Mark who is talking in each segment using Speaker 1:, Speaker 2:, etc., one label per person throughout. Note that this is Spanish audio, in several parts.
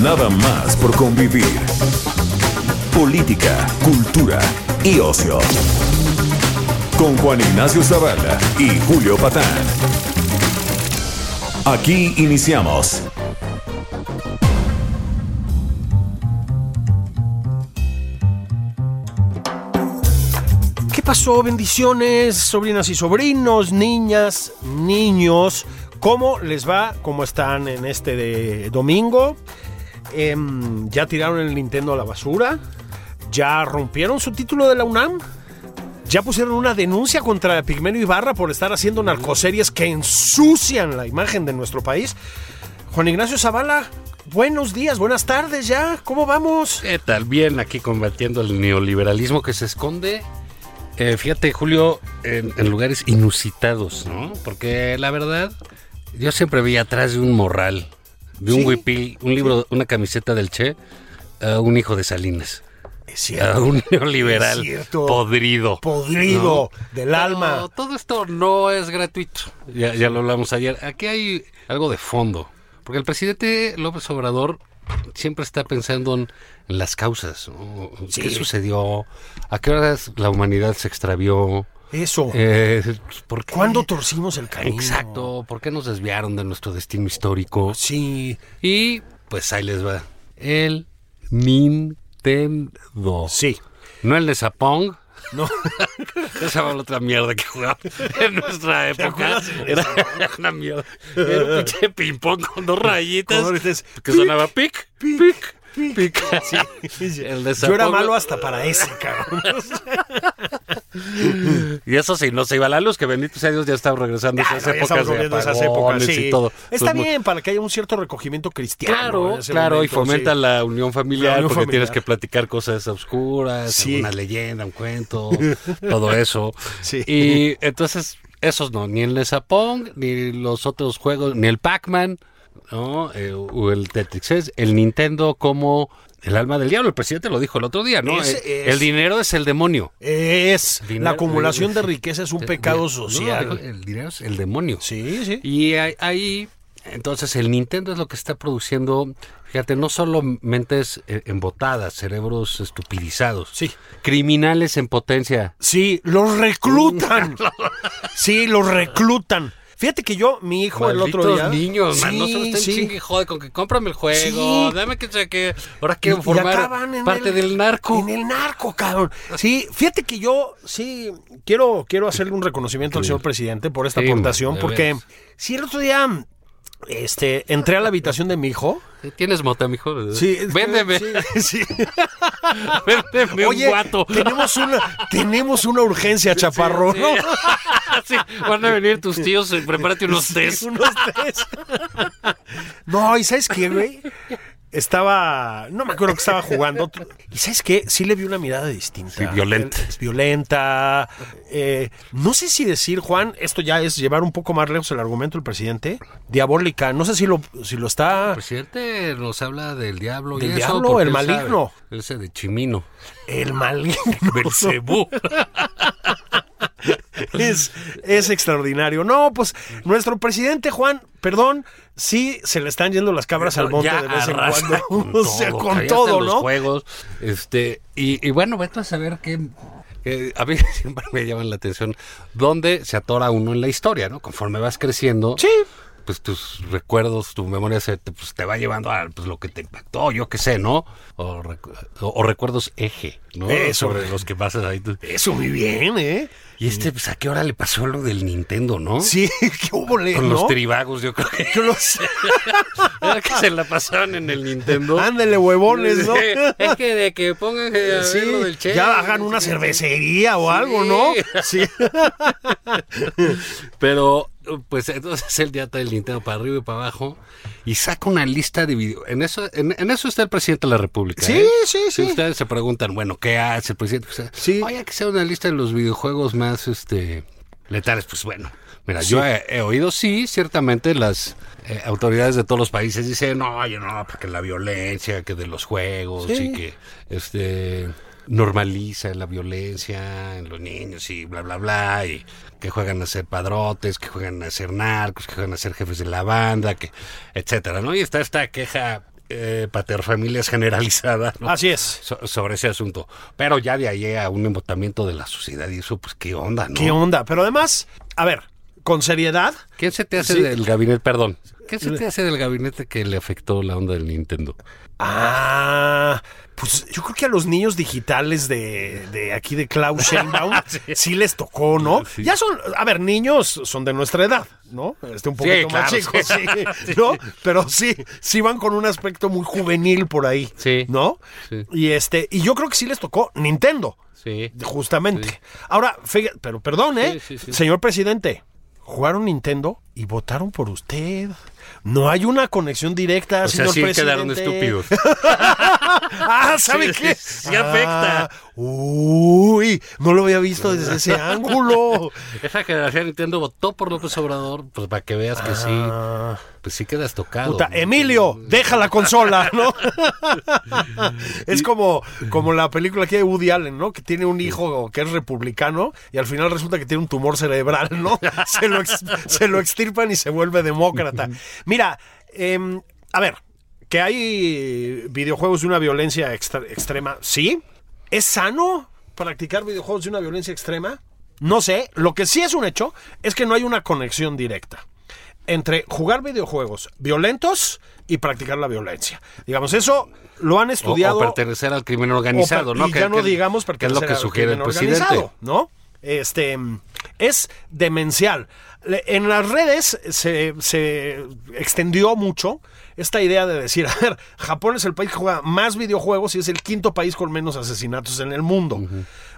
Speaker 1: Nada más por convivir. Política, cultura y ocio. Con Juan Ignacio Zavala y Julio Patán. Aquí iniciamos.
Speaker 2: ¿Qué pasó? Bendiciones, sobrinas y sobrinos, niñas, niños. ¿Cómo les va? ¿Cómo están en este de domingo? Em, ¿Ya tiraron el Nintendo a la basura? ¿Ya rompieron su título de la UNAM? ¿Ya pusieron una denuncia contra Pigmeno Ibarra por estar haciendo narcoseries que ensucian la imagen de nuestro país? Juan Ignacio Zavala, buenos días, buenas tardes ya. ¿Cómo vamos?
Speaker 3: ¿Qué tal? Bien, aquí combatiendo el neoliberalismo que se esconde. eh, fíjate, Julio, en, en lugares inusitados, ¿no? Porque la verdad, yo siempre veía atrás de un morral, de un
Speaker 2: Sí.
Speaker 3: huipil, un libro, una camiseta del Che, a un hijo de Salinas,
Speaker 2: Es
Speaker 3: a un neoliberal
Speaker 2: Es cierto.
Speaker 3: podrido.
Speaker 2: podrido del
Speaker 3: Todo,
Speaker 2: alma.
Speaker 3: todo esto no es gratuito. Ya, ya lo hablamos ayer. Aquí hay algo de fondo. Porque el presidente López Obrador siempre está pensando en, en las causas. ¿no? ¿Qué sucedió? ¿A qué horas la humanidad se extravió?
Speaker 2: Eso.
Speaker 3: Eh, ¿por qué?
Speaker 2: ¿Cuándo torcimos el camino?
Speaker 3: Exacto. ¿Por qué nos desviaron de nuestro destino histórico?
Speaker 2: Oh. Sí,
Speaker 3: Y pues ahí les va. El Nintendo.
Speaker 2: sí.
Speaker 3: No el de Zapong.
Speaker 2: No.
Speaker 3: Esa era la otra mierda que jugaba en nuestra época.
Speaker 2: acuerdas?
Speaker 3: Era una mierda. Era un pinche ping-pong con dos rayitas.
Speaker 2: Colores.
Speaker 3: Que sonaba pic, pic, pic. El de
Speaker 2: Yo era
Speaker 3: Zapongo.
Speaker 2: malo hasta para ese, cabrón.
Speaker 3: Y eso sí, no se iba la luz, que bendito sea Dios, ya estaba regresando a
Speaker 2: Ya,
Speaker 3: esas
Speaker 2: Ah, no, ya
Speaker 3: épocas.
Speaker 2: estamos
Speaker 3: de
Speaker 2: volviendo a esas épocas,
Speaker 3: apagones
Speaker 2: sí.
Speaker 3: y todo. Pues,
Speaker 2: Está
Speaker 3: Entonces,
Speaker 2: bien, para que haya un cierto recogimiento cristiano.
Speaker 3: Claro,
Speaker 2: en ese
Speaker 3: claro, y
Speaker 2: momento,
Speaker 3: fomenta
Speaker 2: sí.
Speaker 3: la unión familiar
Speaker 2: La unión
Speaker 3: porque tienes
Speaker 2: familiar.
Speaker 3: que platicar cosas oscuras,
Speaker 2: Sí.
Speaker 3: una leyenda, un cuento, todo eso.
Speaker 2: Sí.
Speaker 3: Y entonces, esos no, ni el Zapong, ni los otros juegos, ni el Pac-Man, ¿no? Eh, o el Tetris, es el Nintendo como el alma del diablo. El presidente lo dijo el otro día, ¿no?
Speaker 2: Ese
Speaker 3: Eh,
Speaker 2: es-
Speaker 3: El dinero es el demonio.
Speaker 2: Es.
Speaker 3: Dinero-
Speaker 2: la acumulación de
Speaker 3: sí.
Speaker 2: riqueza es un
Speaker 3: Eh,
Speaker 2: pecado
Speaker 3: no,
Speaker 2: social.
Speaker 3: dijo, el dinero es el demonio.
Speaker 2: sí, sí.
Speaker 3: Y ahí- ahí, entonces el Nintendo es lo que está produciendo, fíjate, no solo mentes eh, embotadas, cerebros estupidizados,
Speaker 2: Sí.
Speaker 3: criminales en potencia.
Speaker 2: Sí, los reclutan. sí, los reclutan. Fíjate que yo, mi hijo el otro
Speaker 3: Malditos
Speaker 2: día.
Speaker 3: niños, man, no se me
Speaker 2: Sí,
Speaker 3: estén
Speaker 2: sí.
Speaker 3: chingue y jode con que cómprame el juego,
Speaker 2: Sí.
Speaker 3: dame que sé que ahora
Speaker 2: Y-
Speaker 3: quiero
Speaker 2: y
Speaker 3: formar
Speaker 2: acaban en
Speaker 3: parte
Speaker 2: el-
Speaker 3: del narco.
Speaker 2: En el narco, cabrón. Sí, fíjate que yo sí quiero, quiero hacerle un reconocimiento al señor presidente por esta
Speaker 3: Sí,
Speaker 2: aportación,
Speaker 3: man, de
Speaker 2: porque
Speaker 3: veras.
Speaker 2: si el otro día este, entré a la habitación de mi hijo.
Speaker 3: Eh, Tienes mota, mijo. véndeme,
Speaker 2: sí.
Speaker 3: véndeme
Speaker 2: Oye,
Speaker 3: un guato.
Speaker 2: Tenemos, una, tenemos una urgencia, chaparro,
Speaker 3: Sí.
Speaker 2: ¿no?
Speaker 3: Sí, van a venir tus tíos, eh, prepárate unos test.
Speaker 2: Unos tres. No, ¿y sabes qué, güey? Estaba, no me acuerdo que estaba jugando. ¿Y sabes qué? Sí le vi una mirada distinta.
Speaker 3: Sí, violenta.
Speaker 2: Es violenta. eh, no sé si decir, Juan, esto ya es llevar un poco más lejos el argumento del presidente. Diabólica. No sé si lo, si lo está.
Speaker 3: El presidente nos habla del diablo
Speaker 2: Del
Speaker 3: y eso
Speaker 2: diablo,
Speaker 3: porque
Speaker 2: el
Speaker 3: él sabe.
Speaker 2: maligno.
Speaker 3: Ese de Chimino.
Speaker 2: El maligno.
Speaker 3: Belcebú.
Speaker 2: Es, es extraordinario. No, pues nuestro presidente Juan, perdón, sí se le están yendo las cabras al monte
Speaker 3: Ya
Speaker 2: de vez en
Speaker 3: arrasa
Speaker 2: cuando.
Speaker 3: Con
Speaker 2: o sea,
Speaker 3: todo,
Speaker 2: con
Speaker 3: ahí
Speaker 2: todo,
Speaker 3: hasta los
Speaker 2: ¿no?
Speaker 3: juegos. Este, y, y bueno, vete a saber que, que a mí siempre me llaman la atención dónde se atora uno en la historia, ¿no? Conforme vas creciendo.
Speaker 2: Sí.
Speaker 3: Pues tus recuerdos, tu memoria se te, pues, te va llevando a pues, lo que te impactó, yo qué sé, ¿no? O, recu- o- o recuerdos eje, ¿no?
Speaker 2: Eh, Eso.
Speaker 3: Sobre los que pasas ahí. tú-
Speaker 2: Eso muy bien, ¿eh?
Speaker 3: Y este, pues, ¿a qué hora le pasó lo del Nintendo, no?
Speaker 2: Sí, qué óvole,
Speaker 3: Con
Speaker 2: ¿no?
Speaker 3: los tribagos, yo creo que.
Speaker 2: Con los-
Speaker 3: Era que se la pasaban en el Nintendo.
Speaker 2: Ándele, huevones, ¿no?
Speaker 3: Es que de que pongan eh, a ver
Speaker 2: Sí,
Speaker 3: lo del Che.
Speaker 2: ya hagan una cervecería o algo, ¿no? Sí.
Speaker 3: Pero pues entonces él ya trae el Nintendo para arriba y para abajo y saca una lista de videos. En eso, en, en eso está el presidente de la República.
Speaker 2: Sí,
Speaker 3: ¿eh?
Speaker 2: sí,
Speaker 3: Si
Speaker 2: sí.
Speaker 3: ustedes se preguntan, bueno, ¿qué hace el presidente? Pues,
Speaker 2: Sí.
Speaker 3: Oye, que sea una lista de los videojuegos más este, letales. Pues bueno, mira, yo he, he oído, sí, ciertamente las eh, autoridades de todos los países dicen, no, oye, no, porque la violencia, que de los juegos
Speaker 2: Sí.
Speaker 3: y que este normaliza la violencia en los niños y bla bla bla y que juegan a ser padrotes, que juegan a ser narcos, que juegan a ser jefes de la banda, que etcétera, ¿no? Y está esta queja eh, paterfamilias generalizada, ¿no?
Speaker 2: Así es.
Speaker 3: So- sobre ese asunto. Pero ya de ahí a un embotamiento de la sociedad y eso, pues qué onda, ¿no?
Speaker 2: ¿Qué onda? Pero además, a ver, con seriedad,
Speaker 3: ¿Qué se te hace
Speaker 2: Sí.
Speaker 3: del gabinete, perdón? ¿Qué se te hace del gabinete que le afectó la onda del Nintendo?
Speaker 2: Ah, pues yo creo que a los niños digitales de, de aquí de Klaus Sheinbaum sí. les tocó, ¿no? Ya son, a ver, niños son de nuestra edad, ¿no? Este un poquito más
Speaker 3: claro,
Speaker 2: chicos, sí. ¿no? Pero sí, sí van con un aspecto muy juvenil por ahí,
Speaker 3: Sí.
Speaker 2: ¿no?
Speaker 3: Sí.
Speaker 2: Y este, y yo creo que sí les tocó Nintendo,
Speaker 3: Sí.
Speaker 2: justamente. Ahora, fíjate, pero perdón, ¿eh?
Speaker 3: Sí, sí, sí.
Speaker 2: Señor presidente, jugaron Nintendo y votaron por usted. No hay una conexión directa, Ah,
Speaker 3: O sea,
Speaker 2: señor
Speaker 3: sí
Speaker 2: presidente.
Speaker 3: quedaron estúpidos.
Speaker 2: Ah, ¿sabe
Speaker 3: Sí,
Speaker 2: qué?
Speaker 3: sí, sí afecta.
Speaker 2: Ah, uy, no lo había visto desde ese ángulo.
Speaker 3: Esa generación Nintendo votó por López Obrador, pues para que veas que sí, pues sí quedas tocado.
Speaker 2: Ah. Puta,
Speaker 3: ¿no?
Speaker 2: Emilio, deja la consola, ¿no? es como, como la película aquí de Woody Allen, ¿no? Que tiene un hijo que es republicano y al final resulta que tiene un tumor cerebral, ¿no? Se lo, ex- se lo extirpan y se vuelve demócrata. Mira, em, a ver, que hay videojuegos de una violencia extre- extrema, ¿sí? ¿Es sano practicar videojuegos de una violencia extrema? No sé, lo que sí es un hecho es que no hay una conexión directa entre jugar videojuegos violentos y practicar la violencia. Digamos, eso lo han
Speaker 3: O-
Speaker 2: estudiado.
Speaker 3: O, pertenecer al crimen organizado,
Speaker 2: o per-
Speaker 3: ¿no?
Speaker 2: Y
Speaker 3: Que-
Speaker 2: ya no
Speaker 3: que-
Speaker 2: digamos
Speaker 3: que es lo
Speaker 2: pertenecer
Speaker 3: que
Speaker 2: al
Speaker 3: sugiere el
Speaker 2: crimen
Speaker 3: presidente.
Speaker 2: organizado, ¿no? Este mm, es demencial. Le- En las redes se, se extendió mucho esta idea de decir, a ver, Japón es el país que juega más videojuegos y es el quinto país con menos asesinatos en el mundo.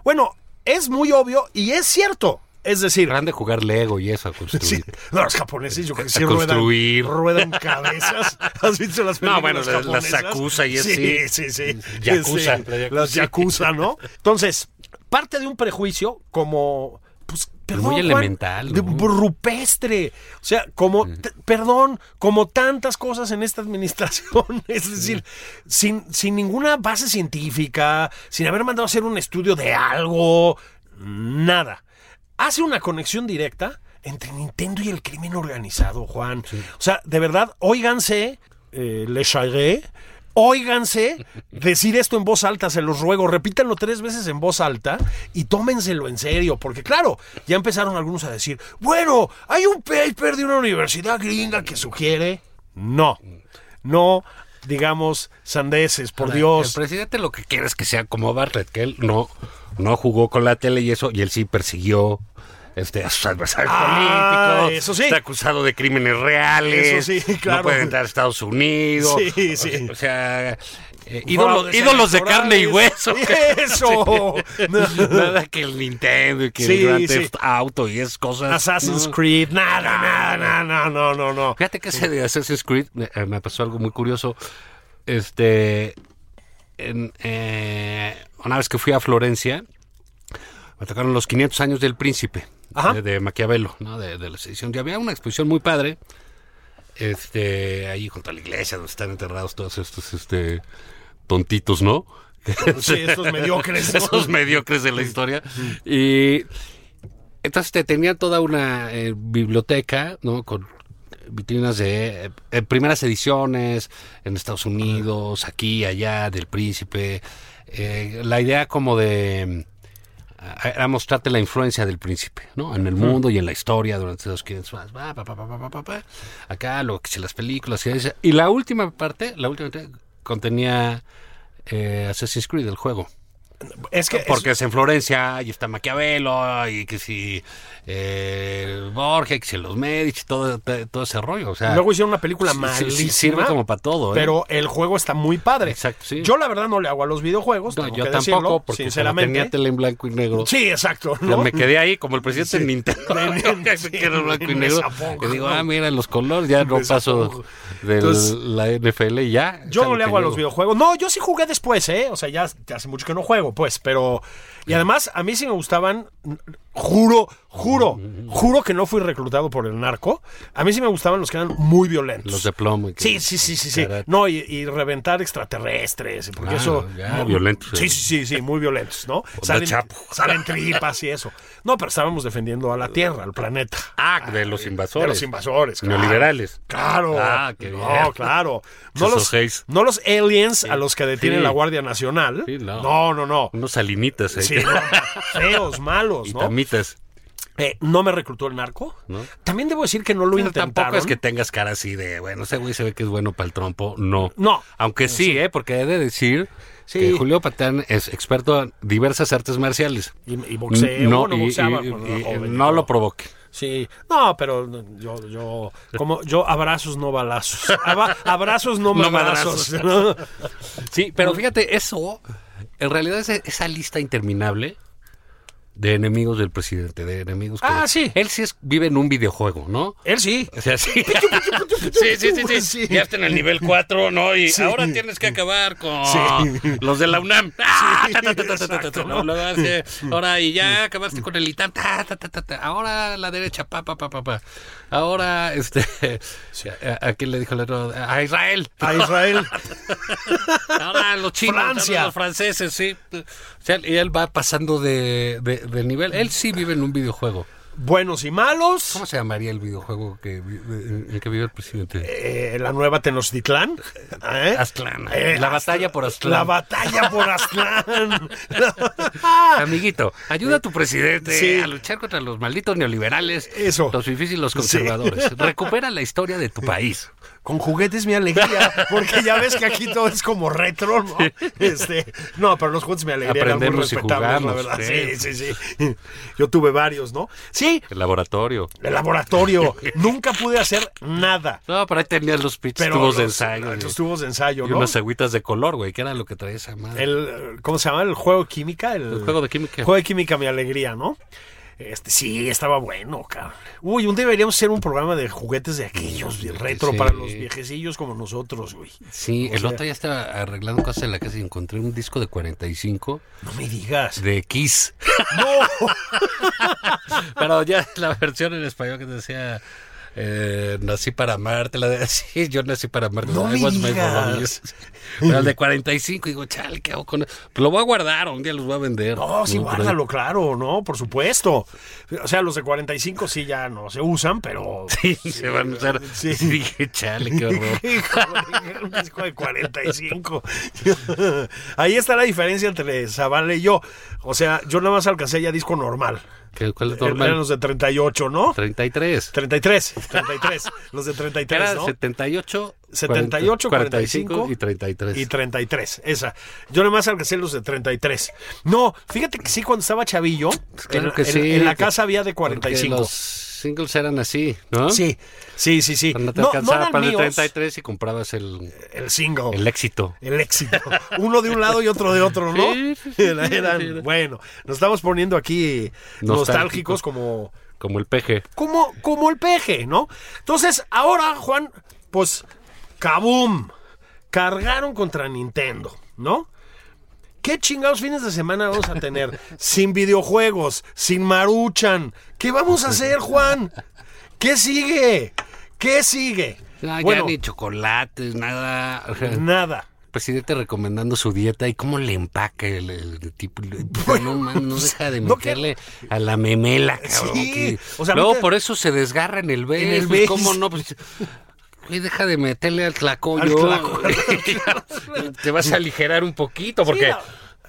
Speaker 2: Bueno, es muy obvio y es cierto. Es decir,
Speaker 3: Grande jugar Lego y eso, a
Speaker 2: Sí.
Speaker 3: construir.
Speaker 2: No, los japoneses yo creo que
Speaker 3: A
Speaker 2: sí ruedan,
Speaker 3: construir.
Speaker 2: ruedan cabezas. ¿Has visto las
Speaker 3: No,
Speaker 2: películas
Speaker 3: bueno, las- las
Speaker 2: japonesas?
Speaker 3: Yakuza y
Speaker 2: Sí,
Speaker 3: así.
Speaker 2: sí, sí.
Speaker 3: Yakuza,
Speaker 2: Este,
Speaker 3: la Yakuza.
Speaker 2: las Yakuza, ¿no? Entonces, parte de un prejuicio como... Pues, perdón,
Speaker 3: Muy
Speaker 2: Juan,
Speaker 3: elemental,
Speaker 2: de-
Speaker 3: ¿no? Mm.
Speaker 2: rupestre. O sea, como... t- Perdón, como tantas cosas en esta administración. Es decir,
Speaker 3: Mm.
Speaker 2: sin, sin ninguna base científica, sin haber mandado a hacer un estudio de algo, nada hace una conexión directa entre Nintendo y el crimen organizado, Juan. O sea, de verdad, óiganse, eh, Le Charré, óiganse decir esto en voz alta, se los ruego, repítanlo tres veces en voz alta y tómenselo en serio, porque claro, ya empezaron algunos a decir, bueno, hay un paper de una universidad gringa que sugiere. No, no digamos sandeces, por
Speaker 3: El
Speaker 2: Dios.
Speaker 3: presidente lo que quiere es que sea como Bartlett, que él no, no jugó con la tele y eso, y él sí persiguió este, a sus adversarios
Speaker 2: Ah,
Speaker 3: políticos.
Speaker 2: eso sí.
Speaker 3: Está acusado de crímenes reales.
Speaker 2: Eso sí, claro.
Speaker 3: No puede entrar a Estados Unidos.
Speaker 2: Sí, sí.
Speaker 3: o sea, O sea, eh,
Speaker 2: Fraudes
Speaker 3: ídolo- ídolos de carne y
Speaker 2: electorales.
Speaker 3: hueso.
Speaker 2: Eso.
Speaker 3: Nada que el Nintendo y que
Speaker 2: Sí,
Speaker 3: el Grand
Speaker 2: sí.
Speaker 3: Theft Auto y esas cosas.
Speaker 2: Assassin's
Speaker 3: No.
Speaker 2: Creed, nada, nada, no, no, no, no. Eh,
Speaker 3: Fíjate que ese de Assassin's Creed me, eh, me pasó algo muy curioso. Este. en, eh, una vez que fui a Florencia, me tocaron los 500 años del príncipe
Speaker 2: Ajá.
Speaker 3: de, de Maquiavelo, ¿no? de, de la sedición. Y había una exposición muy padre. Este, ahí junto a la iglesia donde están enterrados todos estos este, tontitos, ¿no?
Speaker 2: Sí, estos mediocres. ¿no?
Speaker 3: esos mediocres de la historia. Y entonces te tenía toda una eh, biblioteca, ¿no? Con vitrinas de eh, eh, primeras ediciones en Estados Unidos, aquí, allá, del príncipe. Eh, la idea como de mm, a- era mostrarte la influencia del príncipe, ¿no? En el mundo y en la historia durante los 500 más. Va, pa, pa, pa, pa, pa, pa, pa. Acá lo que se las películas y esa. Y la última parte, la última parte contenía eh, Assassin's Creed, el juego.
Speaker 2: Es que es-
Speaker 3: Porque es en Florencia y está Maquiavelo y que si eh, Borges, que si los Medici, todo, todo ese rollo. O sea,
Speaker 2: luego hicieron una película
Speaker 3: sí, Ah. sí, sí,
Speaker 2: malísima.
Speaker 3: sirve como para todo. ¿eh?
Speaker 2: Pero el juego está muy padre.
Speaker 3: Exacto, sí.
Speaker 2: Yo la verdad no le hago a los videojuegos.
Speaker 3: No,
Speaker 2: tengo
Speaker 3: yo
Speaker 2: que
Speaker 3: tampoco,
Speaker 2: decirlo,
Speaker 3: porque como
Speaker 2: sinceramente.
Speaker 3: tenía tele en blanco y negro.
Speaker 2: Sí, exacto.
Speaker 3: Ya
Speaker 2: ¿no?
Speaker 3: me quedé ahí como el presidente de Nintendo.
Speaker 2: Me-
Speaker 3: que era blanco y
Speaker 2: me
Speaker 3: negro.
Speaker 2: desapongo,
Speaker 3: Y digo,
Speaker 2: ¿no?
Speaker 3: ah, mira los colores, ya no paso
Speaker 2: desapongo.
Speaker 3: de
Speaker 2: Entonces,
Speaker 3: la NFL y ya.
Speaker 2: Yo
Speaker 3: es
Speaker 2: no le hago a
Speaker 3: que
Speaker 2: los
Speaker 3: llego.
Speaker 2: videojuegos. No, yo sí jugué después, ¿eh? O sea, ya, ya hace mucho que no juego, pues, pero... Y además, a mí sí me gustaban... Juro, juro, juro que no fui reclutado por el narco. A mí sí me gustaban los que eran muy violentos.
Speaker 3: Los de plomo. y que-
Speaker 2: Sí, sí, sí, sí, sí.
Speaker 3: Karate.
Speaker 2: No, y, y reventar extraterrestres, porque
Speaker 3: Claro,
Speaker 2: eso...
Speaker 3: ya,
Speaker 2: no,
Speaker 3: violentos,
Speaker 2: Sí,
Speaker 3: eh.
Speaker 2: sí, sí, sí, muy violentos, ¿no?
Speaker 3: Pues, Chapo.
Speaker 2: salen tripas y eso. No, pero estábamos defendiendo a la Tierra, al planeta.
Speaker 3: Ah, de los invasores.
Speaker 2: De los invasores. claro.
Speaker 3: Neoliberales.
Speaker 2: Claro.
Speaker 3: Ah, qué
Speaker 2: no,
Speaker 3: bien.
Speaker 2: claro. No
Speaker 3: Esos
Speaker 2: los,
Speaker 3: gays.
Speaker 2: no los aliens a los que detiene
Speaker 3: Sí.
Speaker 2: la Guardia Nacional.
Speaker 3: Sí, no.
Speaker 2: No, no, no.
Speaker 3: Unos salinitas eh. ahí.
Speaker 2: Sí,
Speaker 3: que-
Speaker 2: no, feos, malos,
Speaker 3: y
Speaker 2: ¿no?
Speaker 3: tamitas.
Speaker 2: Eh, no me reclutó el narco.
Speaker 3: No.
Speaker 2: También debo decir que no lo
Speaker 3: Pero
Speaker 2: intentaron.
Speaker 3: Tampoco es que tengas cara así de, bueno, ese güey se ve que es bueno para el trompo. No.
Speaker 2: No.
Speaker 3: Aunque sí, ¿eh? Porque he de decir
Speaker 2: Sí.
Speaker 3: que Julio Patán es experto en diversas artes marciales.
Speaker 2: Y, y boxeo, no,
Speaker 3: y-
Speaker 2: boxeaba
Speaker 3: y-
Speaker 2: cuando era
Speaker 3: y-
Speaker 2: joven,
Speaker 3: no lo provoque.
Speaker 2: Sí, no, pero yo, yo, como yo abrazos no balazos, Aba- abrazos no,
Speaker 3: No
Speaker 2: balazos.
Speaker 3: Sí, pero fíjate, eso, en realidad es esa lista interminable de enemigos del presidente, de enemigos que...
Speaker 2: Ah, sí.
Speaker 3: Él sí es- vive en un videojuego, ¿no?
Speaker 2: Él sí,
Speaker 3: O sea, sí. sí, sí, sí, sí.
Speaker 2: Sí.
Speaker 3: Ya está en el nivel 4, ¿no? Y
Speaker 2: Sí.
Speaker 3: ahora tienes que acabar con
Speaker 2: Sí.
Speaker 3: los de la UNAM. Ah, ta, ta, ta, ta, ta, ta, ta,
Speaker 2: exacto,
Speaker 3: ¿no? Luego hace- Ahora, y ya acabaste con el ITAM. ta, ta, ta, ta, ta. Ahora la derecha, pa, pa, pa, pa, pa. Ahora, este. ¿A, a quién le dijo el otro? A Israel.
Speaker 2: a Israel.
Speaker 3: Ahora los chinos,
Speaker 2: Francia.
Speaker 3: ahora los franceses, sí. O sea, y él va pasando de, de- de nivel. Él sí vive en un videojuego.
Speaker 2: Buenos y malos.
Speaker 3: ¿Cómo se llamaría el videojuego que, vi- en el que vive el presidente?
Speaker 2: Eh, la nueva Tenochtitlán. ¿eh?
Speaker 3: Aztlán.
Speaker 2: Eh,
Speaker 3: la batalla por Aztlán.
Speaker 2: La batalla por Aztlán.
Speaker 3: Amiguito, ayuda a tu presidente
Speaker 2: ah, Sí.
Speaker 3: a luchar contra los malditos neoliberales,
Speaker 2: Eso.
Speaker 3: los fifís y los conservadores. Recupera la historia de tu país.
Speaker 2: Con juguetes mi alegría, porque ya ves que aquí todo es como retro, ¿no? Este, no, pero los juguetes mi alegría eran muy
Speaker 3: Aprendemos y
Speaker 2: respetables, la
Speaker 3: jugamos,
Speaker 2: verdad. Sí,
Speaker 3: sí.
Speaker 2: sí, sí. Yo tuve varios, ¿no? Sí,
Speaker 3: El laboratorio.
Speaker 2: el laboratorio. Nunca pude hacer nada.
Speaker 3: No, pero ahí tenías los pinches
Speaker 2: Pero
Speaker 3: tubos de
Speaker 2: los-
Speaker 3: ensayo.
Speaker 2: Los
Speaker 3: y,
Speaker 2: tubos de ensayo,
Speaker 3: y
Speaker 2: ¿no?
Speaker 3: unas agüitas de color, güey, que era lo que traía esa madre.
Speaker 2: El, ¿Cómo se llama? ¿El juego de química? El,
Speaker 3: El juego de química.
Speaker 2: Juego de química, mi alegría, ¿no? Este, sí, estaba bueno, cabrón. Uy, un día deberíamos hacer un programa de juguetes de aquellos, de retro,
Speaker 3: Sí.
Speaker 2: para los viejecillos como nosotros, güey.
Speaker 3: Sí,
Speaker 2: O
Speaker 3: el
Speaker 2: sea-
Speaker 3: otro ya estaba arreglando cosas en la casa y encontré un disco de 45
Speaker 2: No me digas.
Speaker 3: de Kiss.
Speaker 2: ¡No!
Speaker 3: Pero ya la versión en español que decía eh, nací para amarte, la de sí, yo nací para amarte.
Speaker 2: No
Speaker 3: I
Speaker 2: me
Speaker 3: was made for
Speaker 2: digas.
Speaker 3: loving you. Pero el de 45, digo, chal, ¿qué hago con eso? Pues lo voy a guardar, un día los voy a vender.
Speaker 2: No, sí,
Speaker 3: Por ahí.
Speaker 2: guárdalo, claro, no, por supuesto. O sea, los de 45 sí ya no se usan, pero.
Speaker 3: Sí, se van a usar.
Speaker 2: Sí.
Speaker 3: Sí, dije, chale, qué horror.
Speaker 2: Híjole, un disco de 45. Ahí está la diferencia entre Zavala y yo. O sea, yo nada más alcancé ya disco normal.
Speaker 3: ¿Qué- ¿Cuál es
Speaker 2: Eran
Speaker 3: normal?
Speaker 2: los de 38, ¿no?
Speaker 3: 33.
Speaker 2: 33, 33. los de
Speaker 3: Era
Speaker 2: 33, ¿no?
Speaker 3: 78,
Speaker 2: 78, 45
Speaker 3: y 33.
Speaker 2: Y 33, esa. Yo nomás alcancé los de 33. No, fíjate que sí, cuando estaba chavillo,
Speaker 3: Pues claro
Speaker 2: en,
Speaker 3: que
Speaker 2: en-
Speaker 3: sí,
Speaker 2: en la
Speaker 3: que-
Speaker 2: casa había de
Speaker 3: Porque
Speaker 2: 45.
Speaker 3: Los singles eran así, ¿no?
Speaker 2: Sí, sí, sí, sí.
Speaker 3: No te
Speaker 2: No, no
Speaker 3: alcanzaba
Speaker 2: eran
Speaker 3: para el de
Speaker 2: míos,
Speaker 3: 33 y comprabas el,
Speaker 2: el single.
Speaker 3: el éxito.
Speaker 2: El éxito. Uno de un lado y otro de otro, ¿no?
Speaker 3: Sí, sí, sí,
Speaker 2: Era-
Speaker 3: sí,
Speaker 2: eran-
Speaker 3: sí, era.
Speaker 2: bueno, nos estamos poniendo aquí
Speaker 3: Nostálgico.
Speaker 2: nostálgicos como,
Speaker 3: Como el peje.
Speaker 2: como, como el peje, ¿no? Entonces, ahora, Juan, pues, ¡kaboom! Cargaron contra Nintendo, ¿no? ¿Qué chingados fines de semana vamos a tener? sin videojuegos, sin maruchan. ¿Qué vamos a hacer, Juan? ¿Qué sigue? ¿Qué sigue?
Speaker 3: No,
Speaker 2: bueno,
Speaker 3: ya ni chocolates, nada. El
Speaker 2: nada.
Speaker 3: presidente recomendando su dieta y cómo le empaca el, el tipo. no, man, no deja de
Speaker 2: pues, no
Speaker 3: meterle a la memela, cabrón.
Speaker 2: Sí,
Speaker 3: que-
Speaker 2: o sea,
Speaker 3: Luego
Speaker 2: ahorita-
Speaker 3: por eso se desgarra en el beso.
Speaker 2: En el
Speaker 3: pues,
Speaker 2: beso.
Speaker 3: ¿Cómo no? Pues, güey, deja de meterle al tlacoyo.
Speaker 2: Al tlacoyo.
Speaker 3: Te vas a aligerar un poquito porque
Speaker 2: no.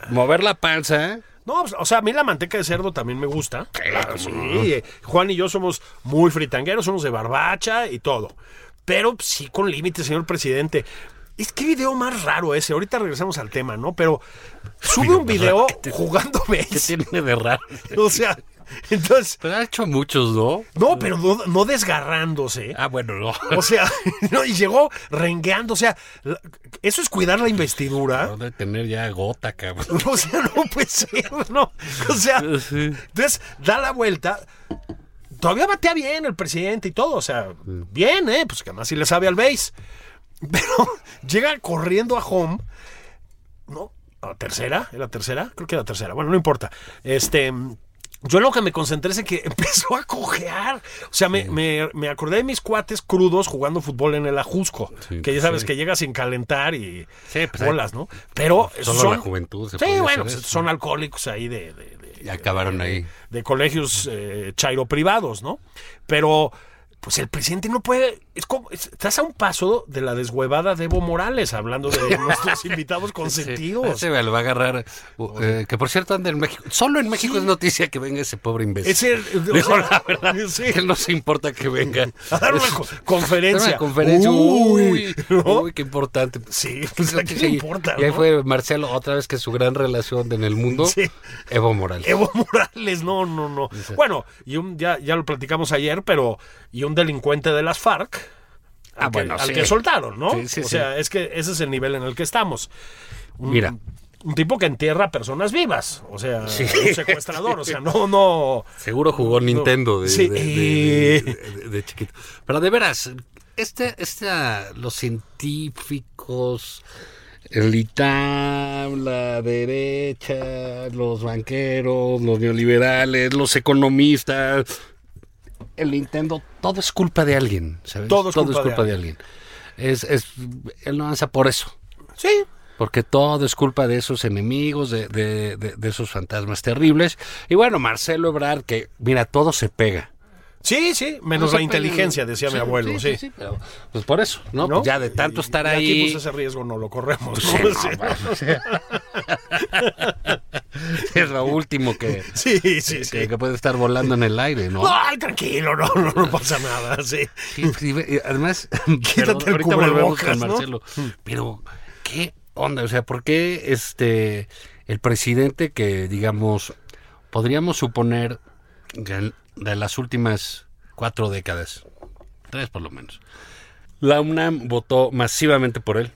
Speaker 3: mover la panza. ¿eh?
Speaker 2: No, pues, o sea, a mí la manteca de cerdo también me gusta.
Speaker 3: Claro,
Speaker 2: Sí, eh, Juan y yo somos muy fritangueros, somos de barbacha y todo. Pero pues, sí con límites, señor presidente. Es que video más raro ese. Ahorita regresamos al tema, ¿no? Pero sube un video jugando
Speaker 3: ¿Qué
Speaker 2: béisbol.
Speaker 3: tiene de raro?
Speaker 2: O sea, entonces.
Speaker 3: Pero ha hecho muchos, ¿no?
Speaker 2: No, pero no, no desgarrándose.
Speaker 3: Ah, bueno, no.
Speaker 2: O sea, no, y llegó rengueando. O sea, la- eso es cuidar la investidura.
Speaker 3: No de tener ya gota, cabrón.
Speaker 2: O sea, no puede ser, no. O sea,
Speaker 3: Sí.
Speaker 2: entonces da la vuelta. Todavía batea bien el presidente y todo. O sea, bien, ¿eh? Pues que además sí le sabe al base. Pero llega corriendo a home. ¿No? ¿A la tercera? ¿Era la tercera? Creo que era la tercera. Bueno, no importa. Este. Yo en lo que me concentré es en que empezó a cojear. O sea, me, me- me acordé de mis cuates crudos jugando fútbol en el Ajusco.
Speaker 3: Sí,
Speaker 2: que ya sabes
Speaker 3: sí.
Speaker 2: que llega sin calentar y
Speaker 3: Sí, pues,
Speaker 2: bolas, ¿no? Pero
Speaker 3: Solo
Speaker 2: son-
Speaker 3: la juventud se
Speaker 2: Sí,
Speaker 3: podía
Speaker 2: bueno, pues,
Speaker 3: hacer eso.
Speaker 2: son alcohólicos ahí de, de- de-
Speaker 3: Y acabaron ahí.
Speaker 2: de colegios eh, chairo privados, ¿no? Pero, pues el presidente no puede. Es como, es- estás a un paso de la deshuevada de Evo Morales, hablando de nuestros invitados consentidos.
Speaker 3: Se lo va a agarrar. uh, eh, que por cierto anda en México. Solo en México es noticia que venga ese pobre imbécil.
Speaker 2: Es el- o
Speaker 3: Digo,
Speaker 2: sea,
Speaker 3: la verdad,
Speaker 2: sí.
Speaker 3: que no se importa que venga.
Speaker 2: A dar una co- conferencia.
Speaker 3: Era una conferencia. Uy,
Speaker 2: ¿no?
Speaker 3: uy, qué importante.
Speaker 2: Sí, pues, ¿a quién le importa,
Speaker 3: Y ahí
Speaker 2: no?
Speaker 3: fue Marcelo, otra vez que su gran relación en el mundo,
Speaker 2: Sí.
Speaker 3: Evo Morales.
Speaker 2: Evo Morales, no, no, no. Bueno, y un, ya, ya lo platicamos ayer, pero. Y un delincuente de las FARC. Al,
Speaker 3: Ah,
Speaker 2: que,
Speaker 3: bueno,
Speaker 2: al
Speaker 3: sí.
Speaker 2: que soltaron, ¿no?
Speaker 3: Sí, sí,
Speaker 2: o
Speaker 3: sí.
Speaker 2: sea, es que ese es el nivel en el que estamos. Un-
Speaker 3: Mira.
Speaker 2: Un tipo que entierra a personas vivas. O sea, un secuestrador. O sea, no, no.
Speaker 3: Seguro jugó Nintendo de,
Speaker 2: Sí.
Speaker 3: de- de- de- de- de chiquito. Pero de veras, este, este, los científicos, el ITAM, la derecha, los banqueros, los neoliberales, los economistas, el Nintendo, todo es culpa de alguien, ¿sabes?
Speaker 2: Todo es culpa de
Speaker 3: alguien. Es, es, él no avanza por eso.
Speaker 2: Sí.
Speaker 3: Porque todo es culpa de esos enemigos, de, de- de- de esos fantasmas terribles. Y bueno, Marcelo Ebrard, que mira, todo se pega.
Speaker 2: Sí, sí. Menos
Speaker 3: Todo
Speaker 2: la
Speaker 3: se pega.
Speaker 2: inteligencia, decía mi abuelo. Sí.
Speaker 3: pero, pues por eso, ¿no?
Speaker 2: ¿No?
Speaker 3: Pues ya de tanto estar
Speaker 2: Y
Speaker 3: ahí.
Speaker 2: Aquí, pues ese riesgo no lo corremos.
Speaker 3: Sí,
Speaker 2: ¿no?
Speaker 3: no, bueno, o sea. es lo último que,
Speaker 2: Sí, sí, sí.
Speaker 3: que, que puede estar volando en el aire, ¿no?
Speaker 2: Ay, tranquilo, no, no, no pasa nada. Sí.
Speaker 3: Sí, sí, ve- y Eh, además,
Speaker 2: Quítate el
Speaker 3: ahorita volvemos
Speaker 2: cubrebocas,
Speaker 3: con
Speaker 2: ¿no?
Speaker 3: Marcelo. Pero, ¿qué onda? O sea, ¿por qué este el presidente que, digamos, podríamos suponer que de las últimas cuatro décadas, tres por lo menos, la UNAM votó masivamente por él?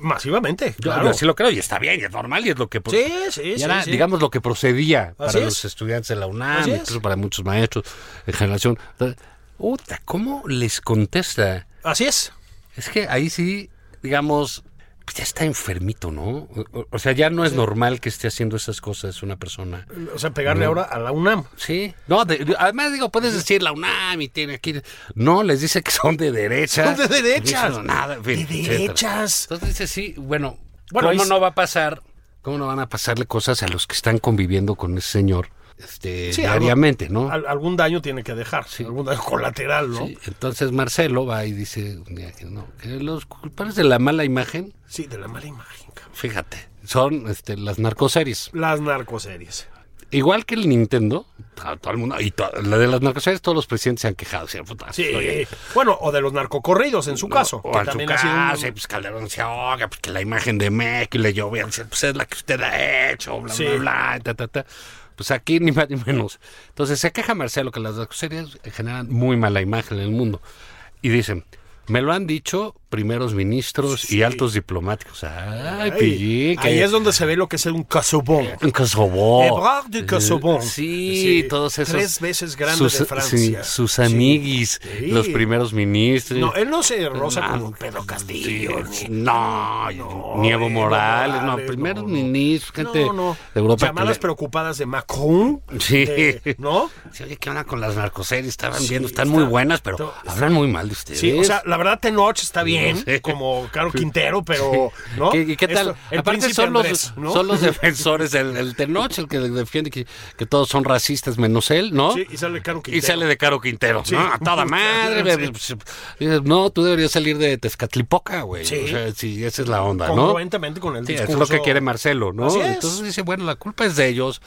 Speaker 2: Masivamente.
Speaker 3: Yo,
Speaker 2: claro.
Speaker 3: yo sí lo creo, y está bien, y es normal, y es lo que...
Speaker 2: Sí, sí,
Speaker 3: y
Speaker 2: sí,
Speaker 3: era,
Speaker 2: sí.
Speaker 3: digamos, lo que procedía
Speaker 2: Así
Speaker 3: para
Speaker 2: es.
Speaker 3: los estudiantes de la UNAM,
Speaker 2: Así es.
Speaker 3: incluso para muchos maestros de generación. Entonces, puta, ¿cómo les contesta?
Speaker 2: Así es.
Speaker 3: Es que ahí sí, digamos, pues ya está enfermito, ¿no? O, o- o sea, ya no es normal que esté haciendo esas cosas una persona.
Speaker 2: O sea, pegarle ahora a la UNAM.
Speaker 3: Sí. No, de- de- además digo, puedes decir la UNAM y tiene aquí. No, les dice que son de derecha.
Speaker 2: Son de derechas.
Speaker 3: No, nada, en fin,
Speaker 2: De
Speaker 3: etcétera.
Speaker 2: derechas.
Speaker 3: Entonces dice, sí, bueno,
Speaker 2: Bueno,
Speaker 3: ¿cómo
Speaker 2: ahí-
Speaker 3: no va a pasar? ¿Cómo no van a pasarle cosas a los que están conviviendo con ese señor este,
Speaker 2: Sí, algo-
Speaker 3: diariamente, no?
Speaker 2: Al- algún daño tiene que dejar, algún daño colateral, ¿no?
Speaker 3: Sí,
Speaker 2: Sí,
Speaker 3: Entonces Marcelo va y dice un día que no, que los culpables de la mala imagen
Speaker 2: de la mala imagen, cabrón.
Speaker 3: fíjate, son este, las narcoseries.
Speaker 2: Las narcoseries.
Speaker 3: Igual que el Nintendo, a todo el mundo, y to- la de las narcoseries, todos los presidentes se han quejado. o sea, puta,
Speaker 2: Sí.
Speaker 3: oye,
Speaker 2: Bueno, o de los narcocorridos en su caso.
Speaker 3: o
Speaker 2: que
Speaker 3: en su
Speaker 2: también ha sido un-
Speaker 3: casa, y pues Calderón decía, oiga, pues que la imagen de México y le llovía, decía, pues es la que usted ha hecho, bla,
Speaker 2: Sí.
Speaker 3: bla, bla, y ta, ta, ta. Pues aquí ni más ni menos. Entonces se queja Marcelo que las narcoseries generan muy mala imagen en el mundo. Y dicen, me lo han dicho primeros ministros y altos diplomáticos. Ay,
Speaker 2: Ay,
Speaker 3: pillín, que-
Speaker 2: ahí es Eh, donde se ve lo que es un casobón.
Speaker 3: En Kosovo.
Speaker 2: Ebrard de Kosovo.
Speaker 3: eh, Sí,
Speaker 2: Sí,
Speaker 3: todos esos.
Speaker 2: tres veces grande de Francia.
Speaker 3: sí, sus amiguis,
Speaker 2: Sí.
Speaker 3: los primeros ministros.
Speaker 2: No, él no se rosa
Speaker 3: Ah,
Speaker 2: con un Pedro Castillo.
Speaker 3: sí,
Speaker 2: ni-
Speaker 3: no, ni Evo
Speaker 2: Evo
Speaker 3: Morales, no,
Speaker 2: Morales,
Speaker 3: primeros
Speaker 2: no, no.
Speaker 3: ministros, gente
Speaker 2: No, no.
Speaker 3: de Europa. que
Speaker 2: Llamadas
Speaker 3: le-
Speaker 2: preocupadas de Macron.
Speaker 3: Sí.
Speaker 2: de- ¿No?
Speaker 3: Sí, oye, ¿qué onda con las narcoseries? Estaban
Speaker 2: Sí,
Speaker 3: viendo, están
Speaker 2: está-
Speaker 3: muy buenas, pero
Speaker 2: está-
Speaker 3: hablan muy mal de ustedes.
Speaker 2: Sí, o sea, la verdad Tenoch está bien,
Speaker 3: Sí.
Speaker 2: como Caro Quintero, pero ¿no?
Speaker 3: ¿Qué, qué tal?
Speaker 2: Esto- el
Speaker 3: Aparte
Speaker 2: príncipe
Speaker 3: son los,
Speaker 2: Andrés, ¿no?
Speaker 3: son los defensores, el, el Tenoch, el que defiende que, que todos son racistas menos él, ¿no?
Speaker 2: Sí, y sale Caro
Speaker 3: Y
Speaker 2: Quintero.
Speaker 3: sale de Caro Quintero,
Speaker 2: Sí.
Speaker 3: ¿no? A toda madre.
Speaker 2: Sí.
Speaker 3: pues, dices, No, tú deberías salir de Tezcatlipoca, güey.
Speaker 2: Sí.
Speaker 3: O sea, sí, esa es la onda, ¿no?
Speaker 2: congruentemente con el
Speaker 3: Sí, es
Speaker 2: discurso.
Speaker 3: lo que quiere Marcelo, ¿no?
Speaker 2: Así es.
Speaker 3: Entonces dice, bueno, la culpa es de ellos.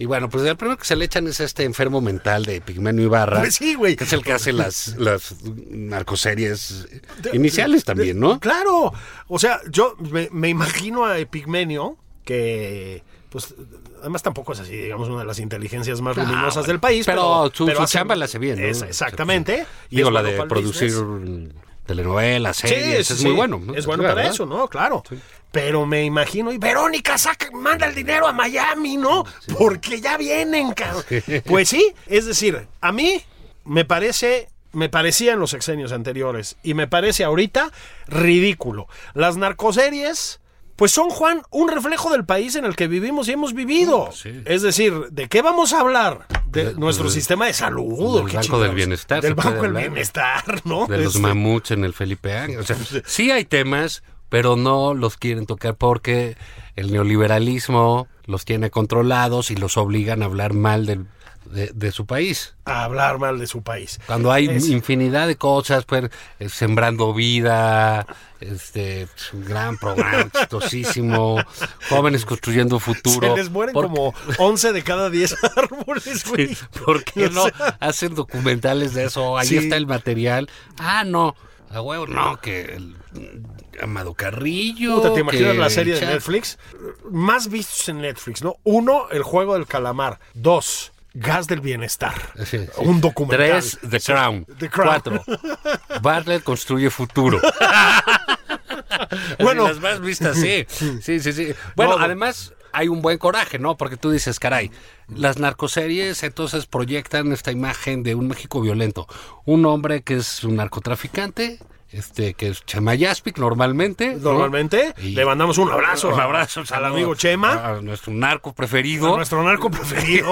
Speaker 3: Y bueno, pues el primero que se le echan es este enfermo mental de Pigmeno Ibarra.
Speaker 2: Pues sí, güey.
Speaker 3: Que es el que hace las, las narcoseries iniciales también, ¿no?
Speaker 2: Claro. O sea, yo me, me imagino a Epigmenio que pues además tampoco es así, digamos, una de las inteligencias más luminosas
Speaker 3: Ah, bueno,
Speaker 2: del país.
Speaker 3: pero su- su
Speaker 2: hace-
Speaker 3: chamba la hace bien, ¿no?
Speaker 2: Esa- exactamente. Y
Speaker 3: Digo,
Speaker 2: es
Speaker 3: la
Speaker 2: bueno
Speaker 3: de
Speaker 2: para el
Speaker 3: producir
Speaker 2: business.
Speaker 3: telenovelas,
Speaker 2: Sí,
Speaker 3: series,
Speaker 2: sí,
Speaker 3: es
Speaker 2: sí.
Speaker 3: muy bueno. ¿no?
Speaker 2: Es bueno para
Speaker 3: ¿Verdad?
Speaker 2: eso, ¿no? Claro. Pero me imagino, y Verónica saca, manda el dinero a Miami, ¿no? Porque ya vienen, cabrón. Pues sí, es decir, a mí me parece, me parecía en los sexenios anteriores y me parece ahorita ridículo. Las narcoseries, pues son, Juan, un reflejo del país en el que vivimos y hemos vivido.
Speaker 3: Mm, sí.
Speaker 2: Es decir, ¿de qué vamos a hablar? De, nuestro sistema de salud.
Speaker 3: del
Speaker 2: ¿o qué
Speaker 3: Banco
Speaker 2: chingados?
Speaker 3: del Bienestar
Speaker 2: Del
Speaker 3: se puede
Speaker 2: Banco del
Speaker 3: hablar.
Speaker 2: Bienestar, ¿no?
Speaker 3: De los
Speaker 2: Este,
Speaker 3: mamuts en el Felipe Ángeles. O sea, sí hay temas, pero no los quieren tocar porque el neoliberalismo los tiene controlados y los obligan a hablar mal del- de, de su país.
Speaker 2: a hablar mal de su país.
Speaker 3: Cuando hay
Speaker 2: Es-
Speaker 3: infinidad de cosas, pues, eh, Sembrando Vida, este, es un gran programa chistosísimo, Jóvenes Construyendo Futuro.
Speaker 2: Se les mueren
Speaker 3: ¿Por
Speaker 2: como 11 de cada 10 árboles, güey.
Speaker 3: ¿Por qué
Speaker 2: O
Speaker 3: no
Speaker 2: sea,
Speaker 3: hacen documentales de eso? Ahí
Speaker 2: Sí.
Speaker 3: está el material. Ah, no. A huevo, no, que el, mm, Amado Carrillo.
Speaker 2: puta, ¿Te imaginas
Speaker 3: que
Speaker 2: la serie de
Speaker 3: Cha-
Speaker 2: Netflix? Más vistos en Netflix, ¿no? Uno, el juego del calamar. Dos, gas del bienestar.
Speaker 3: Sí, sí.
Speaker 2: Un documental.
Speaker 3: Tres, The Crown.
Speaker 2: The Crown.
Speaker 3: Cuatro, Bartlett construye futuro.
Speaker 2: Bueno.
Speaker 3: bueno. Las más vistas, sí. Sí, sí, sí. Bueno,
Speaker 2: No, no.
Speaker 3: además hay un buen coraje, ¿no? Porque tú dices, caray, las narcoseries entonces proyectan esta imagen de un México violento. Un hombre que es un narcotraficante, este, que es Chemayaspic normalmente. ¿no?
Speaker 2: Normalmente,
Speaker 3: Y-
Speaker 2: le mandamos un abrazo.
Speaker 3: Un abrazo Ah,
Speaker 2: al
Speaker 3: saludo
Speaker 2: amigo Chema.
Speaker 3: A nuestro narco preferido.
Speaker 2: a nuestro narco preferido.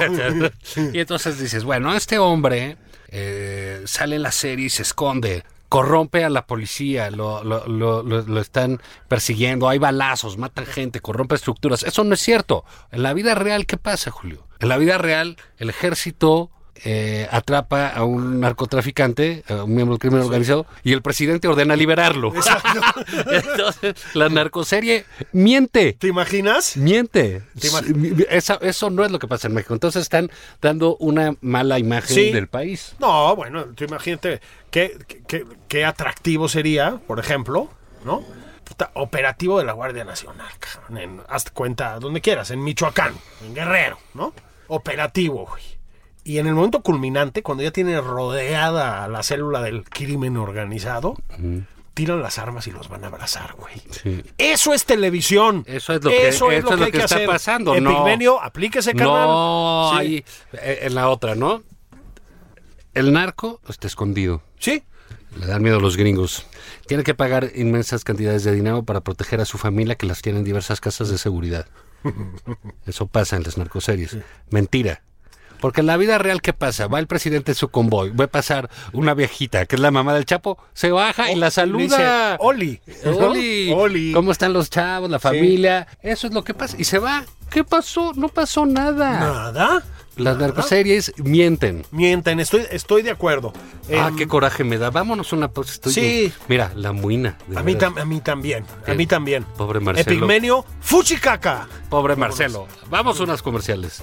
Speaker 3: y entonces dices, bueno, este hombre eh, sale en la serie y se esconde. Corrompe a la policía, lo, lo- lo- lo- lo están persiguiendo, hay balazos, matan gente, corrompe estructuras. Eso no es cierto. En la vida real, ¿qué pasa, Julio? En la vida real, el ejército eh, atrapa a un narcotraficante, a un miembro del crimen organizado, y el presidente ordena liberarlo. Entonces, la narcoserie miente.
Speaker 2: ¿Te imaginas?
Speaker 3: Miente.
Speaker 2: Te imag-
Speaker 3: Sí, mi- Esa- eso no es lo que pasa en México. Entonces están dando una mala imagen
Speaker 2: Sí.
Speaker 3: del país.
Speaker 2: No, bueno, tú imagínate qué, qué- qué- qué atractivo sería, por ejemplo, ¿no? Puta, operativo de la Guardia Nacional, cabrón, en- hazte cuenta donde quieras, en Michoacán, en Guerrero, ¿no? Operativo, güey. Y en el momento culminante, cuando ya tiene rodeada a la célula del crimen organizado, tiran las armas y los van a abrazar, güey. Eso es televisión.
Speaker 3: Eso es lo que- eso es lo
Speaker 2: hay
Speaker 3: que está
Speaker 2: hacer.
Speaker 3: pasando, no.
Speaker 2: Epigmenio, aplíquese, carnal.
Speaker 3: No,
Speaker 2: Sí.
Speaker 3: ahí, eh, en la otra, ¿no? El narco está escondido.
Speaker 2: Sí.
Speaker 3: Le dan miedo a los gringos. Tiene que pagar inmensas cantidades de dinero para proteger a su familia que las tiene en diversas casas de seguridad. Eso pasa en las narcoseries. Mentira. Porque en la vida real, ¿qué pasa? Va el presidente en su convoy, va a pasar una viejita, que es la mamá del Chapo, se baja y la saluda.
Speaker 2: Oh, Dice, Oli. ¿no?
Speaker 3: Oli,
Speaker 2: Oli.
Speaker 3: ¿Cómo están los chavos, la familia? Eso es lo que pasa. Y se va. ¿Qué pasó? No pasó nada.
Speaker 2: Nada.
Speaker 3: Las narcoseries mienten.
Speaker 2: Mienten, estoy, estoy de acuerdo.
Speaker 3: Ah,
Speaker 2: Em,
Speaker 3: qué coraje me da. Vámonos una pausa. Estoy
Speaker 2: Sí.
Speaker 3: Mira, la muina. de
Speaker 2: a mí,
Speaker 3: veras.
Speaker 2: tam- a mí también, a
Speaker 3: Eh,
Speaker 2: mí también.
Speaker 3: pobre Marcelo.
Speaker 2: Epigmenio, fuchicaca.
Speaker 3: Pobre Marcelo. Vamos a unas comerciales.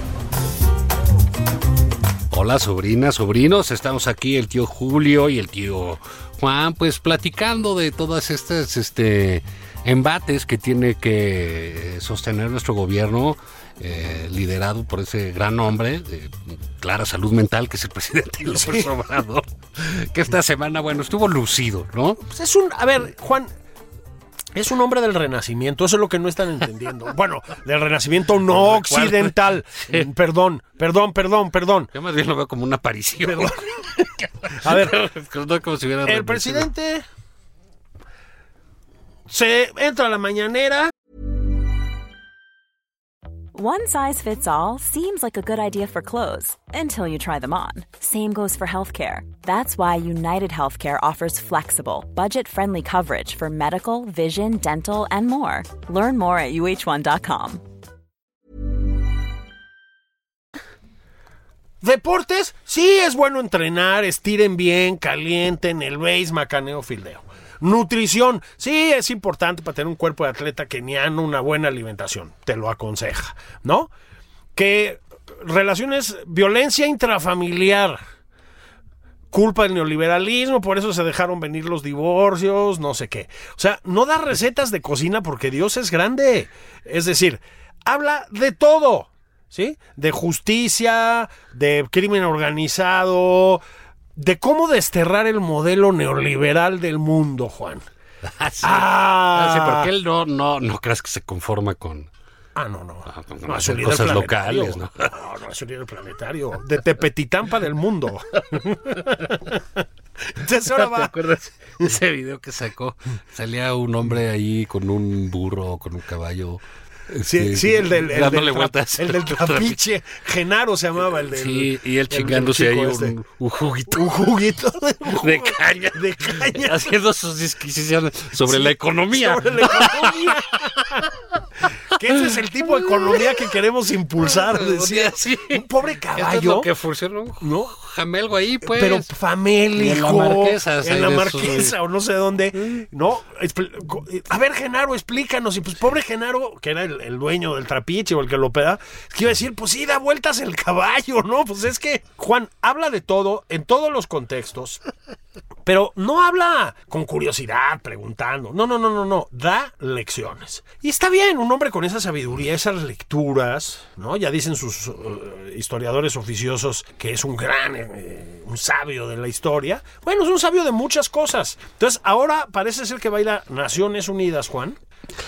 Speaker 3: Hola, sobrinas, sobrinos. Estamos aquí el tío Julio y el tío Juan, pues platicando de todas estas este, embates que tiene que eh, sostener nuestro gobierno, eh, liderado por ese gran hombre de clara salud mental, que es el presidente López Obrador, que esta semana, bueno, estuvo lucido, ¿no?
Speaker 2: Pues es un, a ver, Juan, es un hombre del renacimiento, eso es lo que no están entendiendo. bueno, del renacimiento no occidental. Mm, Perdón, perdón, perdón, perdón.
Speaker 3: Yo más bien lo veo como una aparición.
Speaker 2: A ver,
Speaker 3: No como si hubiera
Speaker 2: el
Speaker 3: rendido.
Speaker 2: presidente Se entra a la mañanera.
Speaker 4: One size fits all seems like a good idea for clothes until you try them on. Same goes for healthcare. That's why United Healthcare offers flexible, budget friendly coverage for medical, vision, dental, and more. Learn more at uh1.com.
Speaker 2: Deportes, sí es bueno entrenar, estiren bien, calienten, el base, macaneo, fildeo. Nutrición, sí es importante para tener un cuerpo de atleta keniano, una buena alimentación, te lo aconseja, ¿no? Que relaciones, violencia intrafamiliar, culpa del neoliberalismo, por eso se dejaron venir los divorcios, no sé qué. O sea, no da recetas de cocina porque Dios es grande. Es decir, habla de todo, ¿sí? De justicia, de crimen organizado, de cómo desterrar el modelo neoliberal del mundo, Juan.
Speaker 3: Así,
Speaker 2: Ah.
Speaker 3: porque él no, no, no creas que se conforma con,
Speaker 2: Ah, no, no.
Speaker 3: con-
Speaker 2: No,
Speaker 3: con
Speaker 2: es un líder
Speaker 3: pues, cosas
Speaker 2: planetario.
Speaker 3: locales, ¿no?
Speaker 2: No, no es un líder planetario. De Tepetitampa del mundo. Entonces ahora
Speaker 3: ¿Te
Speaker 2: va.
Speaker 3: acuerdas de ese video que sacó? Salía un hombre ahí con un burro, con un caballo.
Speaker 2: Sí,
Speaker 3: este,
Speaker 2: sí, el del, el del
Speaker 3: dándole
Speaker 2: tra-
Speaker 3: vueltas.
Speaker 2: el del trapiche. Genaro se llamaba el del.
Speaker 3: Sí, y él
Speaker 2: el
Speaker 3: chingándose
Speaker 2: chico
Speaker 3: ahí
Speaker 2: este.
Speaker 3: un, un juguito
Speaker 2: Un juguito de,
Speaker 3: de caña.
Speaker 2: de caña.
Speaker 3: Haciendo sus disquisiciones sobre la economía.
Speaker 2: sobre la economía. que ese es el tipo de economía que queremos impulsar. Decía.
Speaker 3: Sí, sí.
Speaker 2: Un pobre
Speaker 3: Esto es lo
Speaker 2: caballo.
Speaker 3: que funcionó un
Speaker 2: ¿no?
Speaker 3: jamelgo ahí, pues.
Speaker 2: pero famélico.
Speaker 3: en la Marquesa,
Speaker 2: en
Speaker 3: o sea,
Speaker 2: la
Speaker 3: de
Speaker 2: Marquesa,
Speaker 3: esos,
Speaker 2: o no sé dónde. No, expl- co- eh, a ver, Genaro, explícanos. Y pues, pobre Genaro, que era el, el dueño del trapiche o el que lo peda, es que iba a decir, pues sí, da vueltas el caballo, ¿no? Pues es que, Juan, habla de todo, en todos los contextos. Pero no habla con curiosidad, preguntando. No, no, no, no, no. Da lecciones. Y está bien, un hombre con esa sabiduría, esas lecturas, ¿no? Ya dicen sus eh, historiadores oficiosos que es un gran, eh, un sabio de la historia. Bueno, es un sabio de muchas cosas. Entonces, ahora parece ser que va a ir a Naciones Unidas, Juan,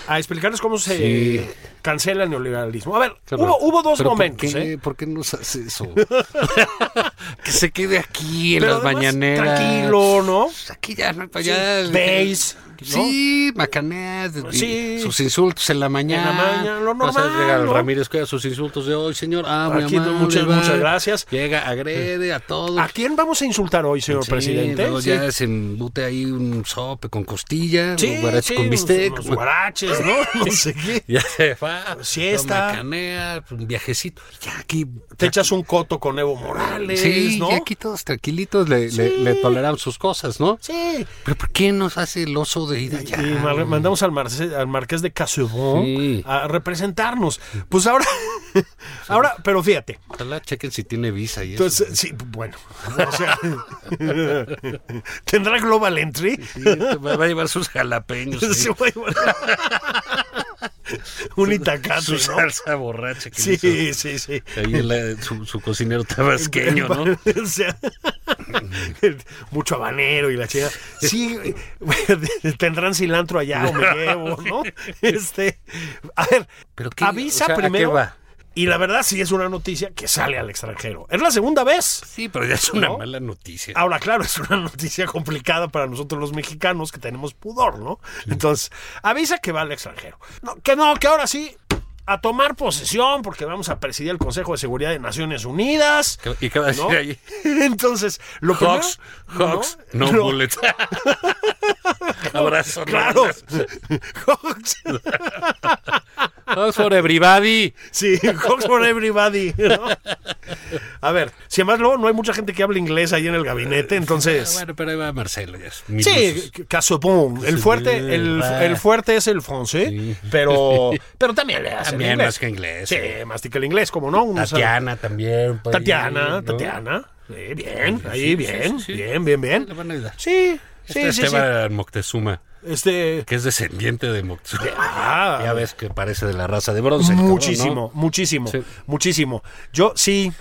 Speaker 2: a explicarles cómo se
Speaker 3: Sí.
Speaker 2: cancela el neoliberalismo. A ver,
Speaker 3: Claro.
Speaker 2: hubo, hubo dos
Speaker 3: Pero
Speaker 2: momentos,
Speaker 3: ¿por qué,
Speaker 2: ¿eh?
Speaker 3: ¿Por qué nos hace eso? que se quede aquí en
Speaker 2: Pero
Speaker 3: las
Speaker 2: además,
Speaker 3: mañaneras.
Speaker 2: Tranquilo, ¿no?
Speaker 3: Pues Aquí ya, no, ya.
Speaker 2: Veis, ¿no?
Speaker 3: Sí, macaneas, de-
Speaker 2: Sí.
Speaker 3: sus insultos en la mañana.
Speaker 2: En la mañana, lo
Speaker 3: Vas a
Speaker 2: normal,
Speaker 3: llegar al
Speaker 2: ¿no?
Speaker 3: Ramírez Cuellar, sus insultos de hoy, señor. Ah, muy
Speaker 2: Aquí,
Speaker 3: amable,
Speaker 2: muchas-
Speaker 3: va.
Speaker 2: muchas gracias.
Speaker 3: Llega, agrede a todos.
Speaker 2: ¿A quién vamos a insultar hoy, señor
Speaker 3: Sí,
Speaker 2: presidente?
Speaker 3: luego
Speaker 2: Sí.
Speaker 3: ya se embute ahí un sope con costilla,
Speaker 2: Sí,
Speaker 3: un guarache
Speaker 2: sí,
Speaker 3: con bistec.
Speaker 2: unos- unos guaraches, ¿no? No sé qué.
Speaker 3: ya se va.
Speaker 2: Siesta.
Speaker 3: lo macanea, un viajecito. Ya aquí
Speaker 2: Te echas un coto con Evo Morales,
Speaker 3: Sí,
Speaker 2: ¿no?
Speaker 3: y aquí todos tranquilitos le, le- le toleramos sus cosas, ¿no?
Speaker 2: Sí.
Speaker 3: Pero ¿por qué nos hace el oso de ir allá?
Speaker 2: Y mar- mandamos al, Marce- al marqués de Casubón
Speaker 3: Sí.
Speaker 2: a representarnos. Pues ahora, ahora, pero fíjate,
Speaker 3: Ojalá chequen si tiene visa y eso.
Speaker 2: entonces, sí, bueno, o sea, ¿tendrá Global Entry?
Speaker 3: Sí, pues va va a llevar sus jalapeños, ahí,
Speaker 2: Se va a llevar- Un itacate,
Speaker 3: su
Speaker 2: ¿no?
Speaker 3: salsa borracha que le hizo
Speaker 2: Sí, sí, sí.
Speaker 3: ahí la- su, su cocinero tabasqueño, ¿no?
Speaker 2: O sea, mucho habanero y la chica. Sí, tendrán cilantro allá o me llevo, ¿no? Este, a ver,
Speaker 3: ¿Pero qué-
Speaker 2: avisa
Speaker 3: o sea, ¿a qué
Speaker 2: primero.
Speaker 3: va?
Speaker 2: Y la verdad sí es una noticia que sale al extranjero. Es la segunda vez.
Speaker 3: Sí, pero ya es una
Speaker 2: ¿No?
Speaker 3: mala noticia.
Speaker 2: Ahora, claro, es una noticia complicada para nosotros los mexicanos que tenemos pudor, ¿no? Entonces, avisa que va al extranjero. No, que no, que ahora sí, a tomar posesión, porque vamos a presidir el Consejo de Seguridad de Naciones Unidas.
Speaker 3: ¿Qué- ¿Y qué va a decir
Speaker 2: ¿no?
Speaker 3: ahí?
Speaker 2: Entonces, lo primero-
Speaker 3: Hawks, Hawks, no,
Speaker 2: Lo-
Speaker 3: bullets. Abrazo. no
Speaker 2: Claro.
Speaker 3: abrazos.
Speaker 2: Hawks.
Speaker 3: Hawks for everybody.
Speaker 2: Sí, Hawks for everybody. ¿no? A ver, si además luego no hay mucha gente que hable inglés ahí en el gabinete,
Speaker 3: Ah,
Speaker 2: entonces.
Speaker 3: bueno, pero ahí va Marcelo. Ya es mil
Speaker 2: Sí,
Speaker 3: usos.
Speaker 2: Casopón. El fuerte, el,
Speaker 3: va.
Speaker 2: el fuerte es el francés,
Speaker 3: Ah. Sí.
Speaker 2: pero, pero también le hace el
Speaker 3: También
Speaker 2: inglés.
Speaker 3: más que inglés.
Speaker 2: Sí, mastica el inglés, como no. Un-
Speaker 3: Tatiana también. por ahí,
Speaker 2: Tatiana,
Speaker 3: ¿no?
Speaker 2: Tatiana. Sí, bien, ahí,
Speaker 3: sí,
Speaker 2: bien,
Speaker 3: sí, sí.
Speaker 2: bien, bien, bien.
Speaker 3: Le van a ayudar.
Speaker 2: Sí, sí,
Speaker 3: Está
Speaker 2: sí, sí.
Speaker 3: Este Esteban Moctezuma,
Speaker 2: Este.
Speaker 3: que es descendiente de Moctezuma.
Speaker 2: Ah,
Speaker 3: ya ves que parece de la raza de bronce. el
Speaker 2: Muchísimo,
Speaker 3: cabrón,
Speaker 2: muchísimo,
Speaker 3: Sí.
Speaker 2: muchísimo. Yo sí,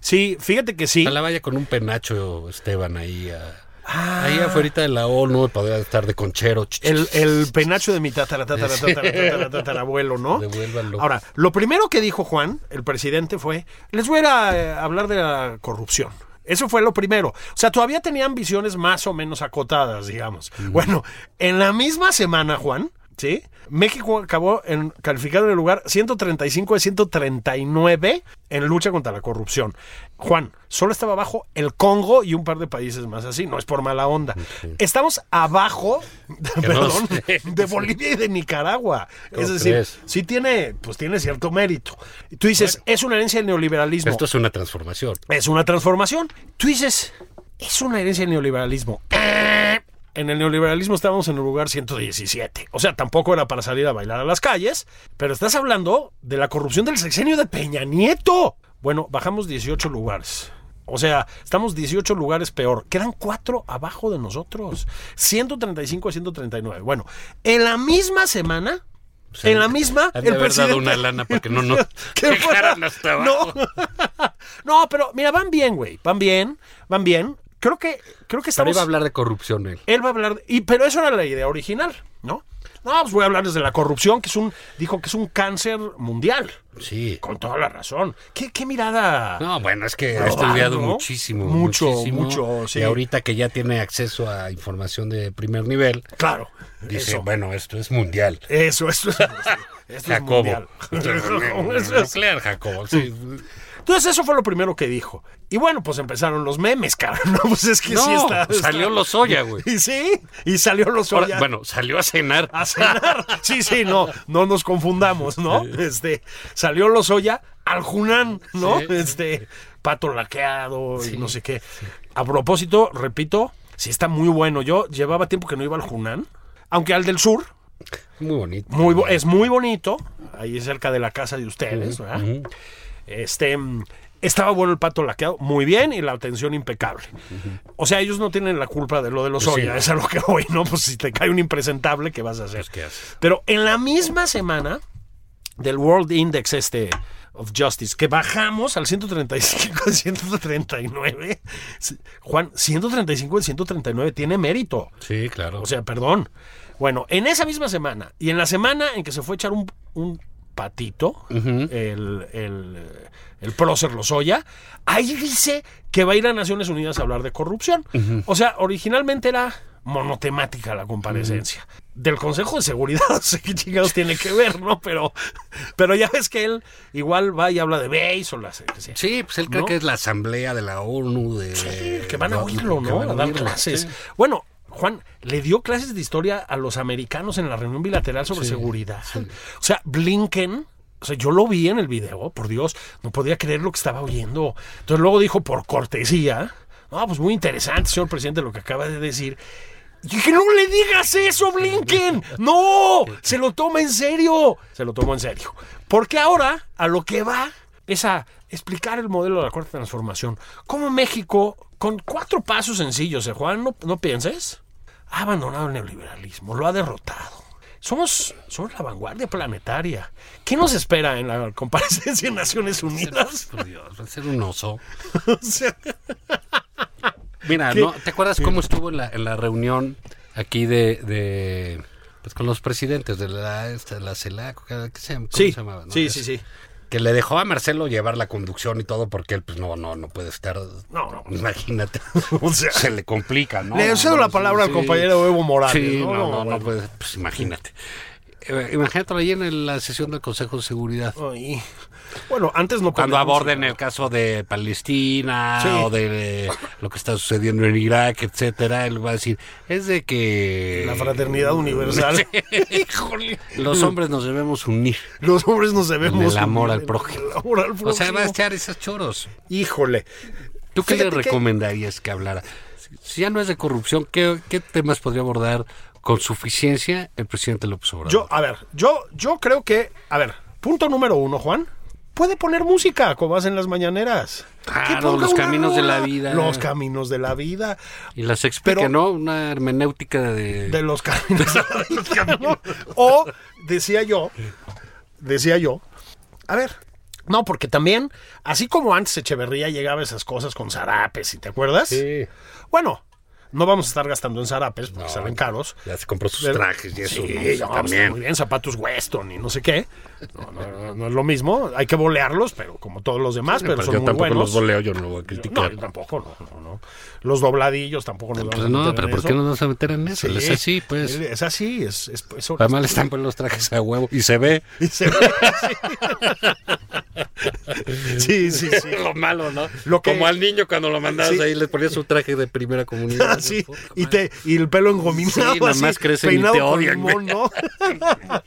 Speaker 2: sí, fíjate que sí.
Speaker 3: ¿no? A la valla con un penacho, Esteban, ahí. a- Ahí afuera de la ONU, podría estar de conchero. ch- ch-
Speaker 2: Ah. El, el penacho de mi tatara, tatara,
Speaker 3: Sí.
Speaker 2: tatara, tatara, tatarabuelo, ¿no?
Speaker 3: Devuélvanlo.
Speaker 2: Ahora, lo primero que dijo Juan, el presidente, fue, les voy a ir a eh, hablar de la corrupción. Eso fue lo primero. O sea, todavía tenía ambiciones más o menos acotadas, digamos. Bueno, en la misma semana, Juan, ¿sí? México acabó en, calificado en el lugar 135 de 139 en lucha contra la corrupción. Juan, solo estaba abajo el Congo y un par de países más así, no es por mala onda. Estamos abajo, perdón, de Bolivia y de Nicaragua.
Speaker 3: ¿Cómo
Speaker 2: Es decir,
Speaker 3: crees?
Speaker 2: sí tiene, pues tiene cierto mérito. Y Tú dices, es una herencia del neoliberalismo.
Speaker 3: Esto es una transformación.
Speaker 2: Es una transformación. Tú dices, es una herencia del neoliberalismo. En el neoliberalismo estábamos en el lugar 117. O sea, tampoco era para salir a bailar a las calles, pero estás hablando de la corrupción del sexenio de Peña Nieto. Bueno, bajamos 18 lugares. O sea, estamos 18 lugares peor. Quedan 4 abajo de nosotros. 135 a 139. Bueno, en la misma semana, en la misma,
Speaker 3: Pues, Han de
Speaker 2: el
Speaker 3: haber dado
Speaker 2: presidente...
Speaker 3: una lana para que no nos
Speaker 2: ¿Qué
Speaker 3: dejaran
Speaker 2: fuera?
Speaker 3: hasta abajo.
Speaker 2: No. No, pero mira, van bien, güey. Van bien, van bien. Creo que, creo que
Speaker 3: Pero
Speaker 2: estamos. Eh,
Speaker 3: iba a hablar de corrupción eh. él.
Speaker 2: Él va a hablar. de- Y, pero eso era la idea original, ¿no? No, pues voy a hablarles de la corrupción, que es un. Dijo que es un cáncer mundial.
Speaker 3: Sí.
Speaker 2: Con toda la razón. ¿Qué, qué mirada?
Speaker 3: No, bueno, es que ha
Speaker 2: Probando,
Speaker 3: estudiado
Speaker 2: ¿no?
Speaker 3: muchísimo.
Speaker 2: Mucho,
Speaker 3: muchísimo,
Speaker 2: mucho, sí.
Speaker 3: Y ahorita que ya tiene acceso a información de primer nivel,
Speaker 2: Claro.
Speaker 3: dice,
Speaker 2: eso.
Speaker 3: bueno, esto es mundial.
Speaker 2: Eso, esto es. Esto es mundial.
Speaker 3: Jacobo.
Speaker 2: Eso es-
Speaker 3: Nuclear, Jacobo. Sí.
Speaker 2: Entonces, eso fue lo primero que dijo. Y bueno, pues empezaron los memes, cabrón. No, pues es que
Speaker 3: No,
Speaker 2: sí está.
Speaker 3: salió
Speaker 2: está-
Speaker 3: Lozoya, güey.
Speaker 2: Y Ah, sí, y salió los
Speaker 3: Ahora, bueno, salió a cenar.
Speaker 2: a cenar. Sí, sí, no, no nos confundamos, ¿no? Este, salió Lozoya al Junán, ¿no?
Speaker 3: Sí.
Speaker 2: Este, pato laqueado y no sé qué. A propósito, repito, sí está muy bueno. Yo llevaba tiempo que no iba al Junán, aunque al del sur,
Speaker 3: Muy bonito.
Speaker 2: muy bo- es muy bonito, ahí cerca de la casa de ustedes, ¿verdad? Este mm, estaba bueno el pato laqueado, muy bien, y la atención impecable. O sea, ellos no tienen la culpa de lo de los
Speaker 3: Pues sí.
Speaker 2: ollas, es a lo que voy, ¿no? Pues si te cae un impresentable, ¿qué vas a hacer?
Speaker 3: Pues, ¿qué haces?
Speaker 2: Pero en la misma semana del World Index este of Justice, que bajamos al 135 al 139. Sí, Juan, 135 al 139 tiene mérito.
Speaker 3: Sí, claro.
Speaker 2: O sea, perdón. Bueno, en esa misma semana y en la semana en que se fue a echar un, un patito, el, el, el prócer Lozoya, ahí dice que va a ir a Naciones Unidas a hablar de corrupción. O sea, originalmente era monotemática la comparecencia. Del Consejo de Seguridad, no sé qué chingados tiene que ver, ¿no? Pero, pero ya ves que él igual va y habla de BASE o la
Speaker 3: sí, pues él cree
Speaker 2: ¿no?
Speaker 3: que es la asamblea de la ONU. De,
Speaker 2: Sí, que van a
Speaker 3: no,
Speaker 2: oírlo,
Speaker 3: que
Speaker 2: ¿no?
Speaker 3: van
Speaker 2: A dar
Speaker 3: oírlo,
Speaker 2: clases.
Speaker 3: sí.
Speaker 2: Bueno, Juan, le dio clases de historia a los americanos en la reunión bilateral sobre seguridad. O sea, Blinken. O sea, yo lo vi en el video, por Dios, no podía creer lo que estaba oyendo. Entonces luego dijo, por cortesía, no, pues muy interesante, señor presidente, lo que acaba de decir. Y dije, no le digas eso, Blinken. No, se lo toma en serio. Se lo tomó en serio. Porque ahora a lo que va es a explicar el modelo de la cuarta transformación. Cómo México, con cuatro pasos sencillos, eh, Juan, no, no pienses, ha abandonado el neoliberalismo, lo ha derrotado. Somos, somos la vanguardia planetaria. ¿Qué nos espera en la comparecencia en Naciones Unidas?
Speaker 3: Por Dios, va a ser un oso.
Speaker 2: O sea,
Speaker 3: Mira, ¿no? ¿te acuerdas cómo estuvo en la, en la reunión aquí de, de, pues con los presidentes de la, esta, la CELAC? ¿Qué se, cómo
Speaker 2: Sí,
Speaker 3: se llamaba? no?
Speaker 2: sí,
Speaker 3: Es-
Speaker 2: sí, sí.
Speaker 3: Que le dejó a Marcelo llevar la conducción y todo porque él, pues no, no, no puede estar.
Speaker 2: No, no.
Speaker 3: Imagínate.
Speaker 2: O sea,
Speaker 3: se le complica, ¿no?
Speaker 2: le cedo la palabra al compañero Evo Morales,
Speaker 3: Sí,
Speaker 2: ¿no?
Speaker 3: no, no, no,
Speaker 2: Bueno.
Speaker 3: puede- pues imagínate. Eh, imagínatelo ahí en el- la sesión del Consejo de Seguridad.
Speaker 2: ay. Bueno, antes no
Speaker 3: Cuando
Speaker 2: podíamos-
Speaker 3: aborden el caso de Palestina
Speaker 2: Sí.
Speaker 3: o de eh, lo que está sucediendo en Irak, etcétera, él va a decir, es de que
Speaker 2: La Mm. fraternidad universal.
Speaker 3: Híjole. los hombres nos debemos unir.
Speaker 2: Los hombres nos debemos.
Speaker 3: En el amor
Speaker 2: unir,
Speaker 3: al prójimo.
Speaker 2: en el amor al
Speaker 3: O sea, va a
Speaker 2: prójimo.
Speaker 3: echar esos choros.
Speaker 2: Híjole.
Speaker 3: ¿Tú qué le
Speaker 2: Fíjate que-
Speaker 3: recomendarías que, hablara? Si- Si ya no es de corrupción, ¿qué, qué temas podría abordar con suficiencia el presidente López Obrador?
Speaker 2: Yo, a ver, yo, yo creo que. A ver, punto número uno, Juan. Puede poner música, como hacen las mañaneras. Que
Speaker 3: Claro,
Speaker 2: ponga
Speaker 3: los
Speaker 2: una
Speaker 3: caminos de la
Speaker 2: rola.
Speaker 3: vida.
Speaker 2: Los caminos de la vida.
Speaker 3: y las explica,
Speaker 2: pero-
Speaker 3: ¿no? Una hermenéutica de...
Speaker 2: De los caminos. de los caminos. O decía yo, decía yo, a ver, no, porque también, así como antes Echeverría llegaba a esas cosas con zarapes, ¿y te acuerdas?
Speaker 3: Sí.
Speaker 2: Bueno, No vamos a estar gastando en zarapes porque salen caros.
Speaker 3: Ya se compró sus
Speaker 2: Pero-
Speaker 3: Pues trajes y eso.
Speaker 2: Sí,
Speaker 3: ¿no?
Speaker 2: no,
Speaker 3: Eso
Speaker 2: está
Speaker 3: también.
Speaker 2: muy bien, zapatos Weston y no sé qué. No, no, no, no es lo mismo. Hay que bolearlos, pero como todos los demás, pero,
Speaker 3: Pero
Speaker 2: son
Speaker 3: yo
Speaker 2: pues, muy
Speaker 3: tampoco
Speaker 2: buenos.
Speaker 3: los voleo, yo no voy a
Speaker 2: no,
Speaker 3: criticar.
Speaker 2: yo tampoco, no, no, no. Los dobladillos tampoco nos
Speaker 3: Pues
Speaker 2: vamos a
Speaker 3: no,
Speaker 2: meter
Speaker 3: pero
Speaker 2: en
Speaker 3: ¿por
Speaker 2: eso.
Speaker 3: qué no nos meterán en eso?
Speaker 2: Sí,
Speaker 3: Es así, pues.
Speaker 2: Es así, es, es, es-
Speaker 3: Además le están poniendo los trajes a huevo y se ve.
Speaker 2: Y se ve así. Sí, sí, sí.
Speaker 3: lo malo, ¿no?
Speaker 2: Lo que-
Speaker 3: Como al niño cuando lo mandabas
Speaker 2: Sí.
Speaker 3: ahí, le ponías su traje de primera comunidad.
Speaker 2: Así,
Speaker 3: Puta
Speaker 2: y,
Speaker 3: madre.
Speaker 2: te, y el pelo engominado.
Speaker 3: Sí, nada
Speaker 2: así,
Speaker 3: más crecen y
Speaker 2: peinado
Speaker 3: te
Speaker 2: con
Speaker 3: odian, güey.
Speaker 2: limón, ¿no?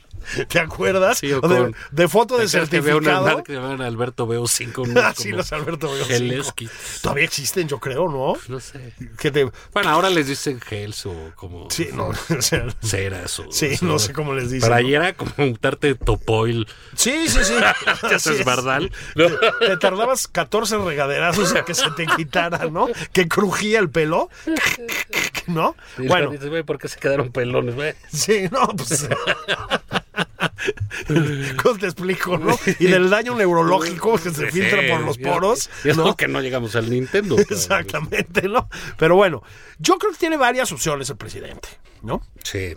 Speaker 2: ¿Te acuerdas?
Speaker 3: Sí, o
Speaker 2: O de-
Speaker 3: con-
Speaker 2: de, foto de
Speaker 3: Pensar que veo una
Speaker 2: certificado.
Speaker 3: marca que llamaban Alberto Veo 5.
Speaker 2: Así Ah, los Alberto Veo cinco. Todavía existen, yo creo, ¿no?
Speaker 3: No sé.
Speaker 2: Que te...
Speaker 3: Bueno, ahora les dicen gels o como
Speaker 2: Sí, no, o sea,
Speaker 3: ceras o...
Speaker 2: Sí,
Speaker 3: o sea,
Speaker 2: no sé cómo les dicen.
Speaker 3: Para ayer era como untarte topoil.
Speaker 2: Sí, sí, sí.
Speaker 3: Te
Speaker 2: Así
Speaker 3: haces
Speaker 2: es.
Speaker 3: bardal. ¿no?
Speaker 2: Te tardabas 14 regaderazos a que se te quitara, ¿no? Que crujía el pelo, ¿no?
Speaker 3: Y
Speaker 2: Bueno,
Speaker 3: dices, güey, ¿por qué se quedaron pelones, güey?
Speaker 2: sí, no, pues... ¿Cómo te explico, no? Y del daño neurológico que se filtra por los
Speaker 3: Sí, ya-
Speaker 2: poros.
Speaker 3: Y es
Speaker 2: ¿no?
Speaker 3: lo que no llegamos al Nintendo. cabrón.
Speaker 2: Exactamente, ¿no? Pero bueno, yo creo que tiene varias opciones el presidente, ¿no?
Speaker 3: Sí.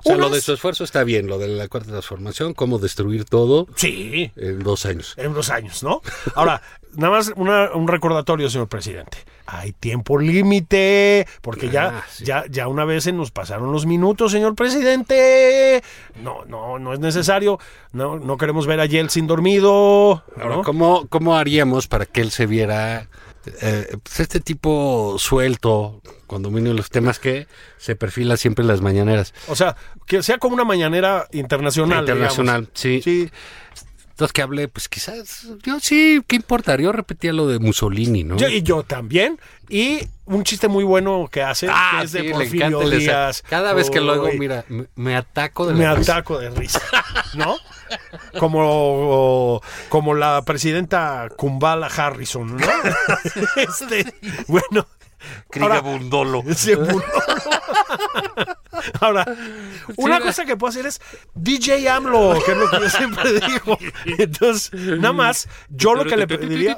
Speaker 3: O sea, lo
Speaker 2: Unas-
Speaker 3: de su esfuerzo está bien, lo de la cuarta transformación, cómo destruir todo
Speaker 2: Sí.
Speaker 3: en dos años.
Speaker 2: en unos años, ¿no? Ahora, nada más una- un recordatorio, señor presidente. Hay tiempo límite, porque ya,
Speaker 3: Ah, sí.
Speaker 2: ya, ya una vez se nos pasaron los minutos, señor presidente. No, no, no es necesario. No, no queremos ver a Yeltsin dormido. ¿no?
Speaker 3: Ahora, ¿cómo, ¿cómo haríamos para que él se viera eh, pues, este tipo suelto, con dominio de los temas que se perfila siempre en las mañaneras?
Speaker 2: O sea, que sea como una mañanera internacional.
Speaker 3: Internacional,
Speaker 2: digamos.
Speaker 3: sí.
Speaker 2: Sí,
Speaker 3: Entonces que hable, pues quizás, yo sí, ¿qué importa? Yo repetía lo de Mussolini, ¿no?
Speaker 2: Yo, y yo también. Y un chiste muy bueno que hace, que es de
Speaker 3: Ah, sí, le
Speaker 2: Porfirio
Speaker 3: encanta el deseo.
Speaker 2: Díaz.
Speaker 3: Cada vez que lo hago,
Speaker 2: Uy.
Speaker 3: mira, me, me ataco de
Speaker 2: me
Speaker 3: la risa.
Speaker 2: ataco de risa, ¿no? Como, como la presidenta Kumbala Harrison, ¿no? Este, bueno.
Speaker 3: Que diga bundolo.
Speaker 2: seguro. Ahora, una
Speaker 3: Sí,
Speaker 2: cosa que puedo hacer es DJ AMLO, que es lo que yo siempre digo. Entonces, nada más, yo lo que le pediría...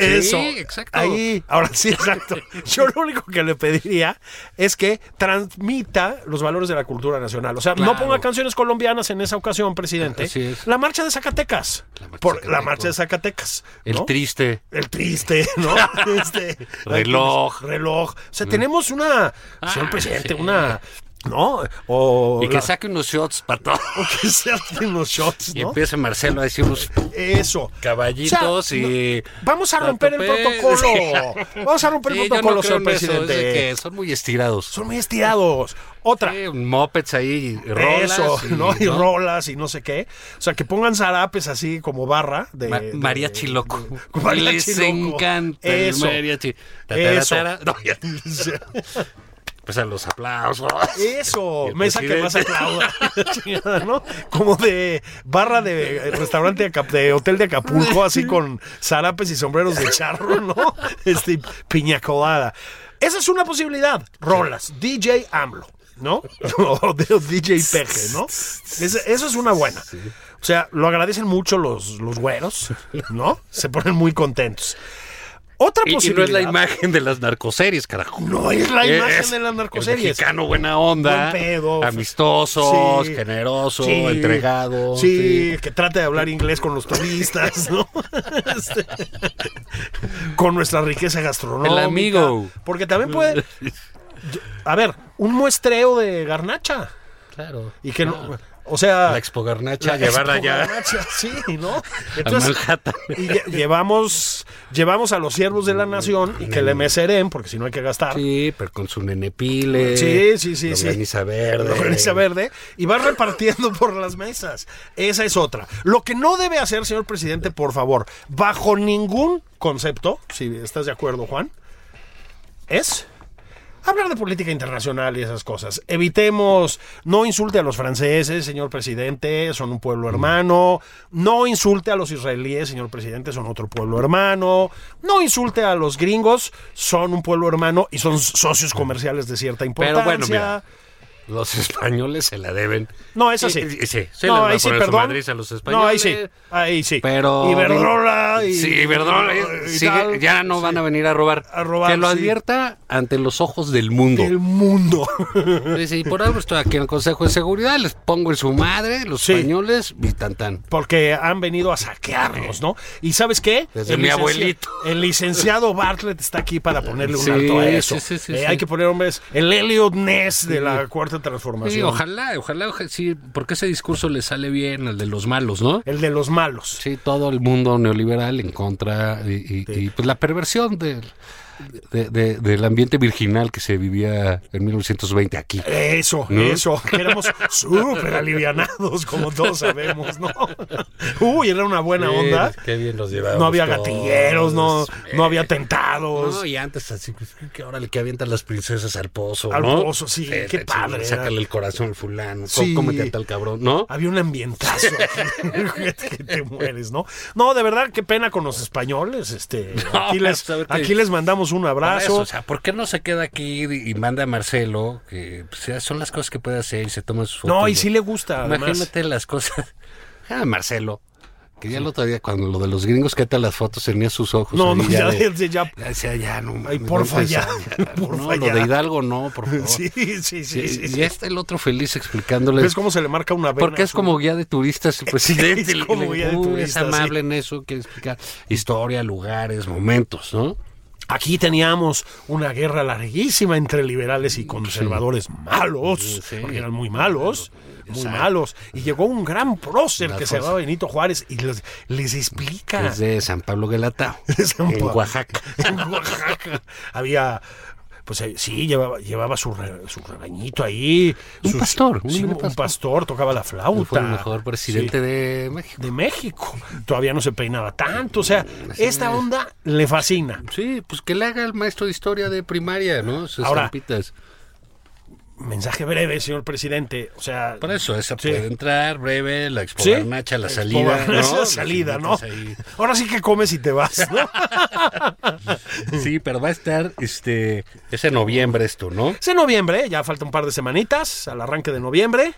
Speaker 2: Eso.
Speaker 3: Sí, exacto.
Speaker 2: Ahí, ahora sí, exacto. Yo lo único que le pediría es que transmita los valores de la cultura nacional. O sea, no
Speaker 3: Claro.
Speaker 2: ponga canciones colombianas en esa ocasión, presidente.
Speaker 3: Así es.
Speaker 2: La marcha de Zacatecas.
Speaker 3: La marcha
Speaker 2: por
Speaker 3: de
Speaker 2: la
Speaker 3: Zacatecas.
Speaker 2: marcha de Zacatecas.
Speaker 3: El
Speaker 2: ¿no?
Speaker 3: triste.
Speaker 2: El triste, ¿no? Este,
Speaker 3: Reloj. Mm.
Speaker 2: Reloj. O sea, tenemos una, señor
Speaker 3: Ah,
Speaker 2: presidente,
Speaker 3: sí.
Speaker 2: una, ¿no? O
Speaker 3: Y que
Speaker 2: la-
Speaker 3: saque unos shots para todos.
Speaker 2: o que se hacen los shots,
Speaker 3: Y
Speaker 2: ¿no?
Speaker 3: empieza Marcelo a decir unos
Speaker 2: Eso.
Speaker 3: caballitos
Speaker 2: O sea,
Speaker 3: y...
Speaker 2: no- Vamos a romper el
Speaker 3: topes.
Speaker 2: protocolo. Vamos a romper
Speaker 3: Sí,
Speaker 2: el
Speaker 3: yo no
Speaker 2: protocolo,
Speaker 3: creo
Speaker 2: señor
Speaker 3: en eso, es de
Speaker 2: presidente.
Speaker 3: que son muy estirados.
Speaker 2: Son muy estirados. Otra.
Speaker 3: Sí, un mopeds ahí, y rolas.
Speaker 2: Eso,
Speaker 3: y,
Speaker 2: ¿no? Y rolas y no sé qué. O sea, que pongan zarapes así como barra de.
Speaker 3: Ma-
Speaker 2: de-
Speaker 3: mariachi loco.
Speaker 2: de- mariachi
Speaker 3: Les
Speaker 2: loco.
Speaker 3: encanta
Speaker 2: Eso.
Speaker 3: el mariachi. Ta, ta,
Speaker 2: Eso.
Speaker 3: ta, ta. No, ya. Empiezan los aplausos.
Speaker 2: Eso,
Speaker 3: El
Speaker 2: mesa que más aplauda. Chingada, ¿no? Como de barra de restaurante de, Acap- de hotel de Acapulco, así con zarapes y sombreros de charro, ¿no? Este, piña colada. Esa es una posibilidad. Rolas, DJ AMLO, ¿no? O de- o DJ Peje, ¿no? Esa- eso es una buena. O sea, lo agradecen mucho los, los güeros, ¿no? Se ponen muy contentos. Otra
Speaker 3: Y, y no
Speaker 2: posibilidad.
Speaker 3: es la imagen de las narcoseries, carajo.
Speaker 2: No es la imagen
Speaker 3: Es
Speaker 2: de las
Speaker 3: El
Speaker 2: narcoseries.
Speaker 3: mexicano buena onda.
Speaker 2: Buen pedo.
Speaker 3: Amistoso,
Speaker 2: Sí.
Speaker 3: generoso,
Speaker 2: Sí.
Speaker 3: entregado.
Speaker 2: Sí, que trata de hablar inglés con los turistas, ¿no? Este, con nuestra riqueza gastronómica.
Speaker 3: El amigo.
Speaker 2: Porque también puede. A ver, un muestreo de garnacha.
Speaker 3: Claro.
Speaker 2: Y que no. O sea.
Speaker 3: La Expo Garnacha,
Speaker 2: la
Speaker 3: llevarla
Speaker 2: expo
Speaker 3: allá
Speaker 2: garnacha, Sí, ¿no?
Speaker 3: a
Speaker 2: Entonces,
Speaker 3: Manhattan. Mm,
Speaker 2: y lle- llevamos, llevamos a los siervos de la nación y que le meseren, porque si no hay que gastar.
Speaker 3: Sí, pero con su nenepile.
Speaker 2: Sí, sí, sí, sí.
Speaker 3: longaniza verde.
Speaker 2: Longaniza verde. Y vas repartiendo por las mesas. Esa es otra. Lo que no debe hacer, señor presidente, por favor, bajo ningún concepto, si estás de acuerdo, Juan, es hablar de política internacional y esas cosas. Evitemos, no insulte a los franceses, señor presidente, son un pueblo hermano. No insulte a los israelíes, señor presidente, son otro pueblo hermano. No insulte a los gringos, son un pueblo hermano y son socios comerciales de cierta importancia.
Speaker 3: Pero bueno, mira. Los españoles se la deben.
Speaker 2: No, eso sí.
Speaker 3: Y- y- sí, se les
Speaker 2: no,
Speaker 3: va
Speaker 2: ahí
Speaker 3: a
Speaker 2: sí,
Speaker 3: poner su
Speaker 2: perdón.
Speaker 3: Madrid a los españoles.
Speaker 2: no, ahí sí. Ahí sí.
Speaker 3: Pero.
Speaker 2: Iberdrola y.
Speaker 3: Sí, Iberdrola.
Speaker 2: y
Speaker 3: sigue-
Speaker 2: tal.
Speaker 3: ya no van a venir a robar.
Speaker 2: A robar,
Speaker 3: Que lo
Speaker 2: sí.
Speaker 3: advierta ante los ojos del mundo.
Speaker 2: El mundo.
Speaker 3: Dice, y por algo estoy aquí en el Consejo de Seguridad, les pongo en su madre, los
Speaker 2: Sí.
Speaker 3: españoles, y tan tan.
Speaker 2: Porque han venido a saquearnos, ¿no? ¿Y sabes qué?
Speaker 3: Desde mi
Speaker 2: licenci-
Speaker 3: abuelito.
Speaker 2: El licenciado Bartlett está aquí para ponerle un
Speaker 3: Sí,
Speaker 2: alto a eso.
Speaker 3: sí, sí, sí,
Speaker 2: Eh,
Speaker 3: sí.
Speaker 2: Hay que poner hombres. El Elliot Ness de la cuarta transformación.
Speaker 3: Sí, ojalá, ojalá, oja- sí, porque ese discurso le sale bien al de los malos, ¿no?
Speaker 2: El de los malos.
Speaker 3: Sí, todo el mundo neoliberal en contra y, y- y, pues la perversión del, de- de- del ambiente virginal que se vivía en 1920 aquí.
Speaker 2: Eso,
Speaker 3: ¿No?
Speaker 2: eso, que éramos súper alivianados, como todos sabemos, ¿no? Uy, era una buena onda.
Speaker 3: Qué bien nos llevábamos
Speaker 2: No había
Speaker 3: todos. eh.
Speaker 2: gatilleros, no, no había
Speaker 3: No,
Speaker 2: tentados.
Speaker 3: y antes así, pues, que ahora el que avientan las princesas al pozo,
Speaker 2: Al
Speaker 3: ¿no?
Speaker 2: pozo, sí, qué
Speaker 3: chingada,
Speaker 2: padre era.
Speaker 3: Sácale el corazón al fulano, có-
Speaker 2: Sí.
Speaker 3: cómete a tal cabrón, ¿no?
Speaker 2: Había un ambientazo aquí, que te mueres, ¿no? No, de verdad, qué pena con los españoles. Este,
Speaker 3: No,
Speaker 2: aquí, les,
Speaker 3: pues, a ver qué-
Speaker 2: aquí les mandamos un
Speaker 3: Para eso,
Speaker 2: abrazo.
Speaker 3: o sea, ¿por qué no se queda aquí y y manda a Marcelo? Que pues, ya son las cosas que puede hacer y se toma sus fotos.
Speaker 2: No, y
Speaker 3: ¿no?
Speaker 2: sí le gusta, además.
Speaker 3: Imagínate las cosas. Ah, Marcelo. Que ya el otro día, cuando lo de los gringos, ¿qué tal las fotos? Tenía sus ojos.
Speaker 2: No,
Speaker 3: Pues ahí
Speaker 2: no, ya,
Speaker 3: de-
Speaker 2: ya- ya-
Speaker 3: ya decía, ya, no.
Speaker 2: Ay,
Speaker 3: mames,
Speaker 2: porfa,
Speaker 3: ¿dónde
Speaker 2: ya,
Speaker 3: está?
Speaker 2: porfa,
Speaker 3: no, lo
Speaker 2: ya.
Speaker 3: de Hidalgo no, por favor.
Speaker 2: Sí, sí, sí, sí.
Speaker 3: Y-
Speaker 2: sí.
Speaker 3: Y está el otro feliz explicándoles.
Speaker 2: ¿Ves cómo se le marca una vena?
Speaker 3: Porque es
Speaker 2: a su-
Speaker 3: como guía de turistas el presidente.
Speaker 2: Es
Speaker 3: le-
Speaker 2: como
Speaker 3: le-
Speaker 2: guía de
Speaker 3: uh, es
Speaker 2: turistas,
Speaker 3: amable en eso, quiere explicar historia, lugares, momentos, ¿no?
Speaker 2: Aquí teníamos una guerra larguísima entre liberales y conservadores malos,
Speaker 3: sí.
Speaker 2: porque eran muy malos, muy malos. Y llegó un gran prócer que se llamaba Benito Juárez y les, les explica.
Speaker 3: Es de San Pablo Guelatao,
Speaker 2: Ah. San
Speaker 3: en
Speaker 2: Pablo.
Speaker 3: Oaxaca.
Speaker 2: En Oaxaca. Había, pues eh, sí, llevaba, llevaba su, re- su rebañito ahí.
Speaker 3: Un
Speaker 2: sus-
Speaker 3: pastor, un
Speaker 2: sí,
Speaker 3: mini
Speaker 2: un
Speaker 3: pastor.
Speaker 2: pastor, tocaba la flauta.
Speaker 3: Fue el mejor presidente
Speaker 2: Sí,
Speaker 3: de México.
Speaker 2: de México. Todavía no se peinaba tanto. O sea, esta onda le fascina.
Speaker 3: Sí, pues que le haga el maestro de historia de primaria, ¿no? Sus
Speaker 2: Ahora,
Speaker 3: estampitas.
Speaker 2: Mensaje breve, señor presidente. O sea,
Speaker 3: Por eso, esa
Speaker 2: sí.
Speaker 3: puede entrar breve, la expogarnacha, la salida.
Speaker 2: Pobre,
Speaker 3: ¿no?
Speaker 2: esa
Speaker 3: La
Speaker 2: salida, ¿no?
Speaker 3: ahí.
Speaker 2: Ahora sí que comes y te vas, ¿no?
Speaker 3: Sí, pero va a estar, este, es en noviembre esto, ¿no?
Speaker 2: es en noviembre, ya falta un par de semanitas al arranque de noviembre.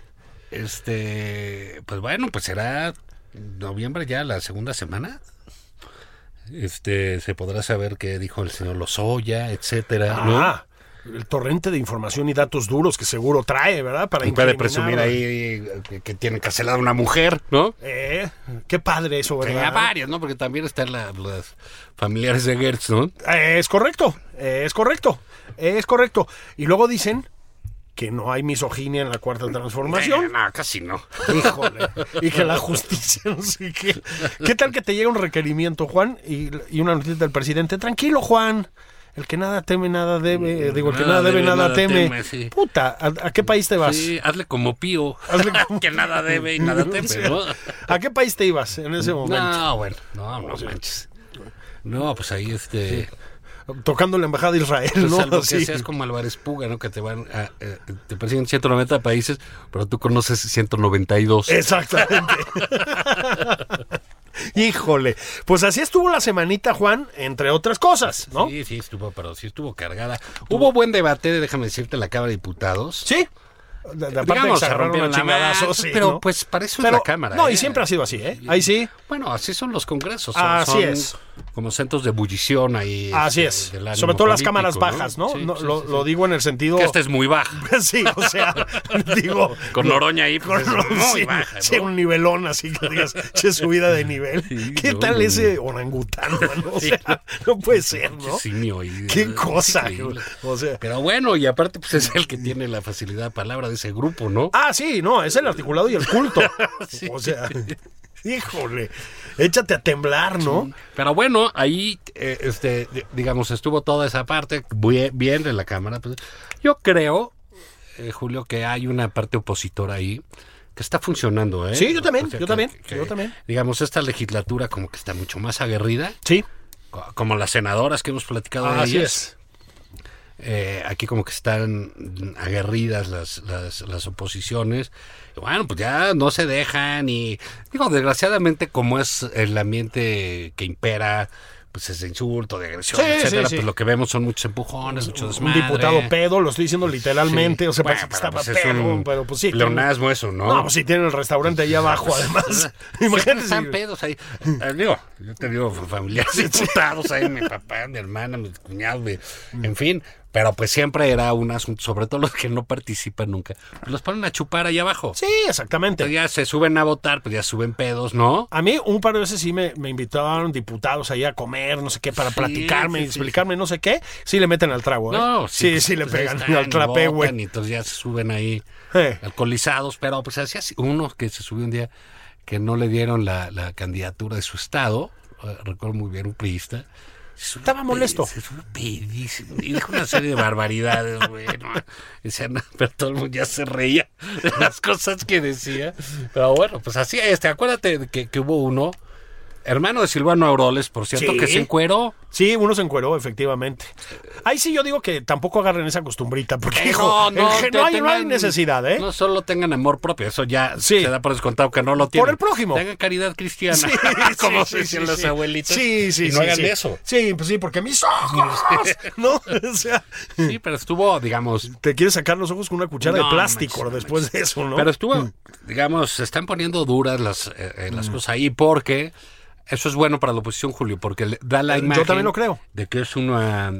Speaker 3: Este, pues bueno, pues será noviembre ya, la segunda semana. Este, se podrá saber qué dijo el señor Lozoya, etcétera, ¿no?
Speaker 2: Ah, el torrente de información y datos duros que seguro trae, ¿verdad? Para
Speaker 3: Y puede
Speaker 2: incriminar.
Speaker 3: presumir ahí que, que tiene cancelada una mujer, ¿no?
Speaker 2: Eh, qué padre eso,
Speaker 3: Que a
Speaker 2: ¿verdad?
Speaker 3: varias, ¿no? Porque también están la- las familiares de Gertz, ¿no?
Speaker 2: Eh, es correcto, eh, es correcto, eh, es correcto. Y luego dicen que no hay misoginia en la cuarta transformación.
Speaker 3: Eh, no, casi no.
Speaker 2: Híjole. Y que la justicia, no sé qué. ¿Qué tal que te llega un requerimiento, Juan? Y, y una noticia del presidente. Tranquilo, Juan. El que nada teme, nada debe. Eh, digo, el que nada debe, nada, teme.
Speaker 3: sí.
Speaker 2: Puta, ¿a, a qué país te vas?
Speaker 3: Sí, hazle como pío.
Speaker 2: Hazle como-
Speaker 3: que nada debe y nada
Speaker 2: O
Speaker 3: teme,
Speaker 2: sea,
Speaker 3: ¿no?
Speaker 2: ¿A qué país te ibas en ese momento?
Speaker 3: No, bueno, no, no manches. No, pues ahí este.
Speaker 2: Tocando la embajada de Israel,
Speaker 3: Pues,
Speaker 2: ¿no?
Speaker 3: salvo
Speaker 2: Así.
Speaker 3: que seas como Álvarez Puga, ¿no? Que te van a, eh, te persiguen 190 países, pero tú conoces 192.
Speaker 2: Exactamente. Híjole. Pues así estuvo la semanita, Juan, entre otras cosas, ¿no?
Speaker 3: Sí, sí, estuvo, pero sí estuvo cargada. Hubo buen debate, déjame decirte, en la Cámara de Diputados.
Speaker 2: Sí. De, de aparte
Speaker 3: Digamos,
Speaker 2: se
Speaker 3: se
Speaker 2: agarraron
Speaker 3: rompieron
Speaker 2: a
Speaker 3: la
Speaker 2: chingadazos,
Speaker 3: madre,
Speaker 2: sí,
Speaker 3: pero,
Speaker 2: ¿no?
Speaker 3: pues, para eso es la Cámara,
Speaker 2: No, y
Speaker 3: ¿eh?
Speaker 2: siempre ha sido así, ¿eh? Ahí sí.
Speaker 3: Bueno, así son los congresos. son-
Speaker 2: Así
Speaker 3: son
Speaker 2: es.
Speaker 3: Como centros de ebullición ahí.
Speaker 2: Así
Speaker 3: este,
Speaker 2: es.
Speaker 3: del ánimo
Speaker 2: Sobre todo las
Speaker 3: político,
Speaker 2: cámaras bajas, ¿no?
Speaker 3: Sí,
Speaker 2: No,
Speaker 3: sí,
Speaker 2: lo,
Speaker 3: sí,
Speaker 2: lo
Speaker 3: sí.
Speaker 2: digo en el sentido.
Speaker 3: Que esta es muy baja.
Speaker 2: Sí, o sea, digo.
Speaker 3: Con Noroña ahí, pues,
Speaker 2: con-
Speaker 3: es muy
Speaker 2: sí,
Speaker 3: baja.
Speaker 2: sí,
Speaker 3: ¿no?
Speaker 2: un nivelón así que digas, che, subida de nivel.
Speaker 3: Sí,
Speaker 2: ¿Qué
Speaker 3: no,
Speaker 2: tal
Speaker 3: no,
Speaker 2: ese orangután, mano? O sea, no puede ser, ¿no?
Speaker 3: Simio ahí.
Speaker 2: Qué
Speaker 3: Es
Speaker 2: cosa.
Speaker 3: increíble.
Speaker 2: O sea.
Speaker 3: Pero bueno, y aparte, pues es el que tiene la facilidad de palabra de ese grupo, ¿no?
Speaker 2: Ah, sí, no, es el articulado y el culto. O sea, híjole, échate a temblar, ¿no?
Speaker 3: Pero bueno, ahí, eh, este, di- digamos, estuvo toda esa parte bue- bien de la Cámara. Pues, yo creo, eh, Julio, que hay una parte opositora ahí que está funcionando, ¿eh?
Speaker 2: Sí, yo también, yo
Speaker 3: que-
Speaker 2: también,
Speaker 3: que-
Speaker 2: yo también.
Speaker 3: Digamos, esta legislatura como que está mucho más aguerrida,
Speaker 2: Sí,
Speaker 3: co- como las senadoras que hemos platicado de
Speaker 2: así
Speaker 3: ellas.
Speaker 2: es.
Speaker 3: Eh, aquí como que están mm, aguerridas las, las, las oposiciones. Y bueno, pues ya no se dejan y digo, desgraciadamente como es el ambiente que impera pues es de insulto, de agresión,
Speaker 2: Sí, sí,
Speaker 3: etcétera,
Speaker 2: sí.
Speaker 3: pues lo que vemos son muchos empujones, muchos
Speaker 2: Un
Speaker 3: desmadre.
Speaker 2: diputado pedo, lo estoy diciendo
Speaker 3: Sí.
Speaker 2: literalmente. O sea,
Speaker 3: Bueno,
Speaker 2: parece que
Speaker 3: pero,
Speaker 2: estaba
Speaker 3: pues, es
Speaker 2: pedo,
Speaker 3: un
Speaker 2: pero pues sí. tiene-
Speaker 3: Pleonasmo eso, ¿no? pues,
Speaker 2: No, pues sí, tiene el restaurante ahí abajo, además. Imagínate.
Speaker 3: Están
Speaker 2: si-
Speaker 3: pedos ahí. Eh, digo, yo te digo, familiares diputados ahí, mi papá, mi hermana, mi cuñado, mi- en fin. Pero pues siempre era un asunto, sobre todo los que no participan nunca. pues, Los ponen a chupar ahí abajo.
Speaker 2: Sí, exactamente.
Speaker 3: Entonces ya se suben a votar, pues ya suben pedos, ¿no?
Speaker 2: A mí un par de veces sí me, me invitaban diputados ahí a comer, no sé qué, para
Speaker 3: Sí,
Speaker 2: platicarme
Speaker 3: sí,
Speaker 2: y
Speaker 3: sí.
Speaker 2: explicarme no sé qué. Sí le meten al trago, ¿eh?
Speaker 3: No,
Speaker 2: sí,
Speaker 3: pues,
Speaker 2: sí le
Speaker 3: pues, ahí
Speaker 2: pegan
Speaker 3: están,
Speaker 2: al trapé,
Speaker 3: votan,
Speaker 2: güey.
Speaker 3: Y entonces ya se suben ahí
Speaker 2: Eh.
Speaker 3: alcoholizados, pero pues así así. Uno que se subió un día que no le dieron la, la candidatura de su estado, eh, recuerdo muy bien, un priista. se subió
Speaker 2: Estaba
Speaker 3: pe-
Speaker 2: molesto.
Speaker 3: Se subió pedísimo y dijo una serie de barbaridades, güey. no. Decía, no, pero todo el mundo ya se reía de las cosas que decía. Pero bueno, pues así, este, acuérdate de que, que hubo uno, hermano de Silvano Auroles, por cierto,
Speaker 2: Sí.
Speaker 3: que se encueró.
Speaker 2: Sí, uno se encueró, efectivamente. Ahí sí yo digo que tampoco agarren esa costumbrita, porque
Speaker 3: Eh,
Speaker 2: hijo, en gen-
Speaker 3: te
Speaker 2: no, hay, no hay
Speaker 3: tengan-
Speaker 2: necesidad, ¿eh?
Speaker 3: No solo tengan amor propio, eso ya
Speaker 2: Sí.
Speaker 3: se da por descontado que no lo tienen.
Speaker 2: el prójimo.
Speaker 3: Tengan caridad cristiana,
Speaker 2: Sí,
Speaker 3: como
Speaker 2: sí, sí,
Speaker 3: dicen
Speaker 2: sí,
Speaker 3: los
Speaker 2: sí.
Speaker 3: abuelitos.
Speaker 2: Sí, sí,
Speaker 3: y no
Speaker 2: sí,
Speaker 3: hagan
Speaker 2: sí.
Speaker 3: eso.
Speaker 2: Sí, pues sí, porque mis ojos, ¿no? O sea,
Speaker 3: Sí, pero estuvo, digamos...
Speaker 2: te quieres sacar los ojos con una cuchara
Speaker 3: No,
Speaker 2: de plástico
Speaker 3: manches, no
Speaker 2: después
Speaker 3: manches.
Speaker 2: de eso, ¿no? Mm.
Speaker 3: Pero estuvo, digamos, se están poniendo duras las, eh, eh, las cosas ahí porque eso es bueno para la oposición, Julio, porque le da la
Speaker 2: Eh, yo
Speaker 3: imagen...
Speaker 2: también lo creo.
Speaker 3: De que es una...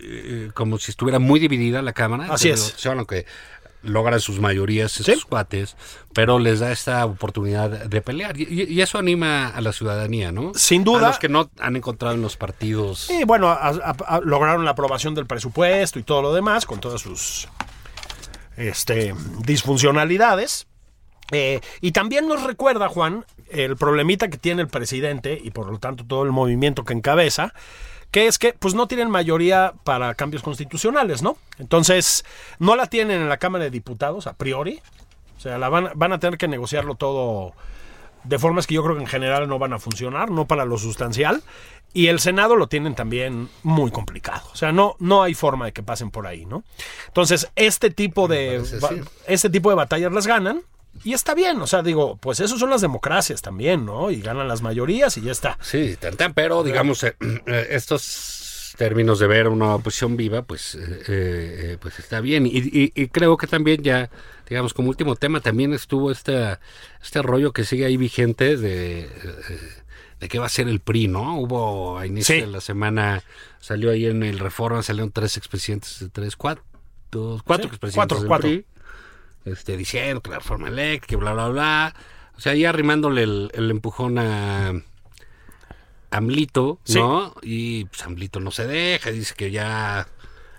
Speaker 3: eh, como si estuviera muy dividida la Cámara.
Speaker 2: Así
Speaker 3: de
Speaker 2: es.
Speaker 3: la oposición, aunque logran sus mayorías estos
Speaker 2: Sí.
Speaker 3: cuates, pero les da esta oportunidad de pelear. Y, y- y eso anima a la ciudadanía, ¿no?
Speaker 2: Sin duda. Eh,
Speaker 3: A los que no han encontrado en los partidos...
Speaker 2: Y bueno, a- a- a- lograron la aprobación del presupuesto y todo lo demás, con todas sus este, disfuncionalidades. Eh, y también nos recuerda, Juan, el problemita que tiene el presidente y por lo tanto todo el movimiento que encabeza, que es que pues no tienen mayoría para cambios constitucionales, ¿no? Entonces, no la tienen en la Cámara de Diputados a priori. O sea, la van, van a tener que negociarlo todo de formas que yo creo que en general no van a funcionar, no para lo sustancial. Y el Senado lo tienen también muy complicado. O sea, no, no hay forma de que pasen por ahí, ¿no? Entonces, este tipo de,
Speaker 3: parece,
Speaker 2: ba-
Speaker 3: sí.
Speaker 2: este tipo de batallas las ganan. Y está bien, o sea, digo, pues eso son las democracias también, ¿no? Y ganan las mayorías y ya está.
Speaker 3: Sí, tan, tan, pero digamos, eh, eh, estos términos de ver una oposición viva, pues, eh, eh, pues está bien. Y, y- y creo que también ya, digamos, como último tema, también estuvo esta, este rollo que sigue ahí vigente de, eh, de qué va a ser el PRI, ¿no? Hubo a inicio
Speaker 2: Sí.
Speaker 3: de la semana, salió ahí en el Reforma, salieron tres expresidentes, de tres, cuatro,
Speaker 2: Sí,
Speaker 3: cuatro expresidentes
Speaker 2: cuatro,
Speaker 3: del
Speaker 2: cuatro.
Speaker 3: PRI este, diciendo que la reforma eléctrica, que bla, bla, bla. O sea, ahí arrimándole el, el empujón a Amlito,
Speaker 2: Sí.
Speaker 3: ¿no? Y pues Amlito no se deja, dice que ya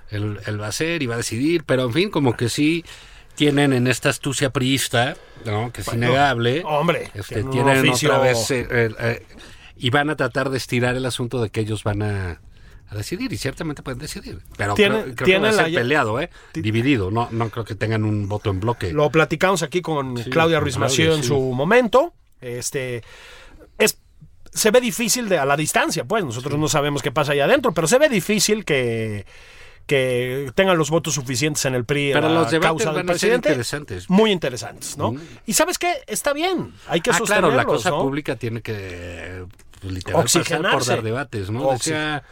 Speaker 3: él, él va a ser y va a decidir, pero en fin, como que sí tienen en esta astucia priista, ¿no? Que es innegable.
Speaker 2: hombre,
Speaker 3: Este,
Speaker 2: tienen un
Speaker 3: tienen
Speaker 2: oficio-
Speaker 3: otra vez. eh, eh, eh, y van a tratar de estirar el asunto de que ellos van a. a decidir y ciertamente pueden decidir, pero
Speaker 2: Tiene-
Speaker 3: creo, creo
Speaker 2: tiene
Speaker 3: que va a
Speaker 2: la
Speaker 3: ser
Speaker 2: ya-
Speaker 3: peleado, ¿eh? dividido, no no creo que tengan un voto en bloque.
Speaker 2: Lo platicamos aquí con
Speaker 3: Sí,
Speaker 2: Claudia
Speaker 3: con
Speaker 2: Ruiz
Speaker 3: Claudia,
Speaker 2: Massieu en
Speaker 3: sí.
Speaker 2: su momento. Este es se ve difícil de, a la distancia, pues nosotros no sabemos qué pasa allá adentro, pero se ve difícil que que tengan los votos suficientes en el PRI
Speaker 3: Pero
Speaker 2: a la
Speaker 3: los debates
Speaker 2: causa del
Speaker 3: van a ser
Speaker 2: presidente.
Speaker 3: interesantes. Mm.
Speaker 2: Muy interesantes, ¿no? Y ¿sabes qué? Está bien. Hay que
Speaker 3: ah, claro, la
Speaker 2: sostenerlos,
Speaker 3: cosa
Speaker 2: ¿no?
Speaker 3: pública tiene que pues, literal, pasar por
Speaker 2: Oxigenarse.
Speaker 3: dar debates, ¿no? Decía-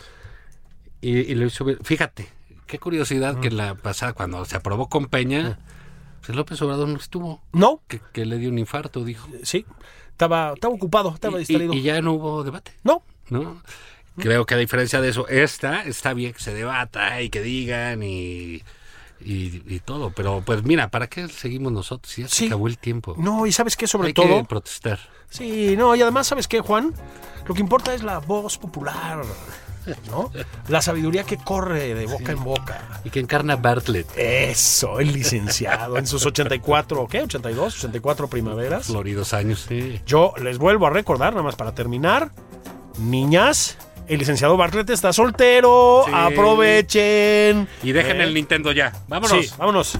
Speaker 3: y, y lo hizo bien. Fíjate, qué curiosidad
Speaker 2: Mm.
Speaker 3: que la pasada, cuando se aprobó con Peña,
Speaker 2: Ah.
Speaker 3: pues López Obrador no estuvo,
Speaker 2: No,
Speaker 3: que, que le dio un infarto, dijo.
Speaker 2: sí. Estaba, estaba ocupado, estaba
Speaker 3: Y,
Speaker 2: distraído. Mm.
Speaker 3: y- y ya no hubo debate,
Speaker 2: no,
Speaker 3: ¿no? Creo que a diferencia de eso, esta está bien que se debata y que digan y, y, y todo, pero pues mira, ¿para qué seguimos nosotros? Si ya se
Speaker 2: Sí.
Speaker 3: acabó el tiempo.
Speaker 2: no, y ¿sabes qué? Sobre
Speaker 3: Hay
Speaker 2: todo.
Speaker 3: que protestar.
Speaker 2: Sí, no, y además, ¿sabes qué, Juan? Lo que importa es la voz popular, ¿no? La sabiduría que corre de boca en boca.
Speaker 3: Y que encarna Bartlett,
Speaker 2: Eso, el licenciado en sus 84, ¿qué? 82, 84 primaveras.
Speaker 3: floridos años. Sí.
Speaker 2: Yo les vuelvo a recordar, nada más para terminar, niñas, el licenciado Bartlett está soltero,
Speaker 3: Sí.
Speaker 2: aprovechen.
Speaker 3: Y dejen
Speaker 2: ¿Eh?
Speaker 3: el Nintendo ya. Vámonos.
Speaker 2: Sí, vámonos.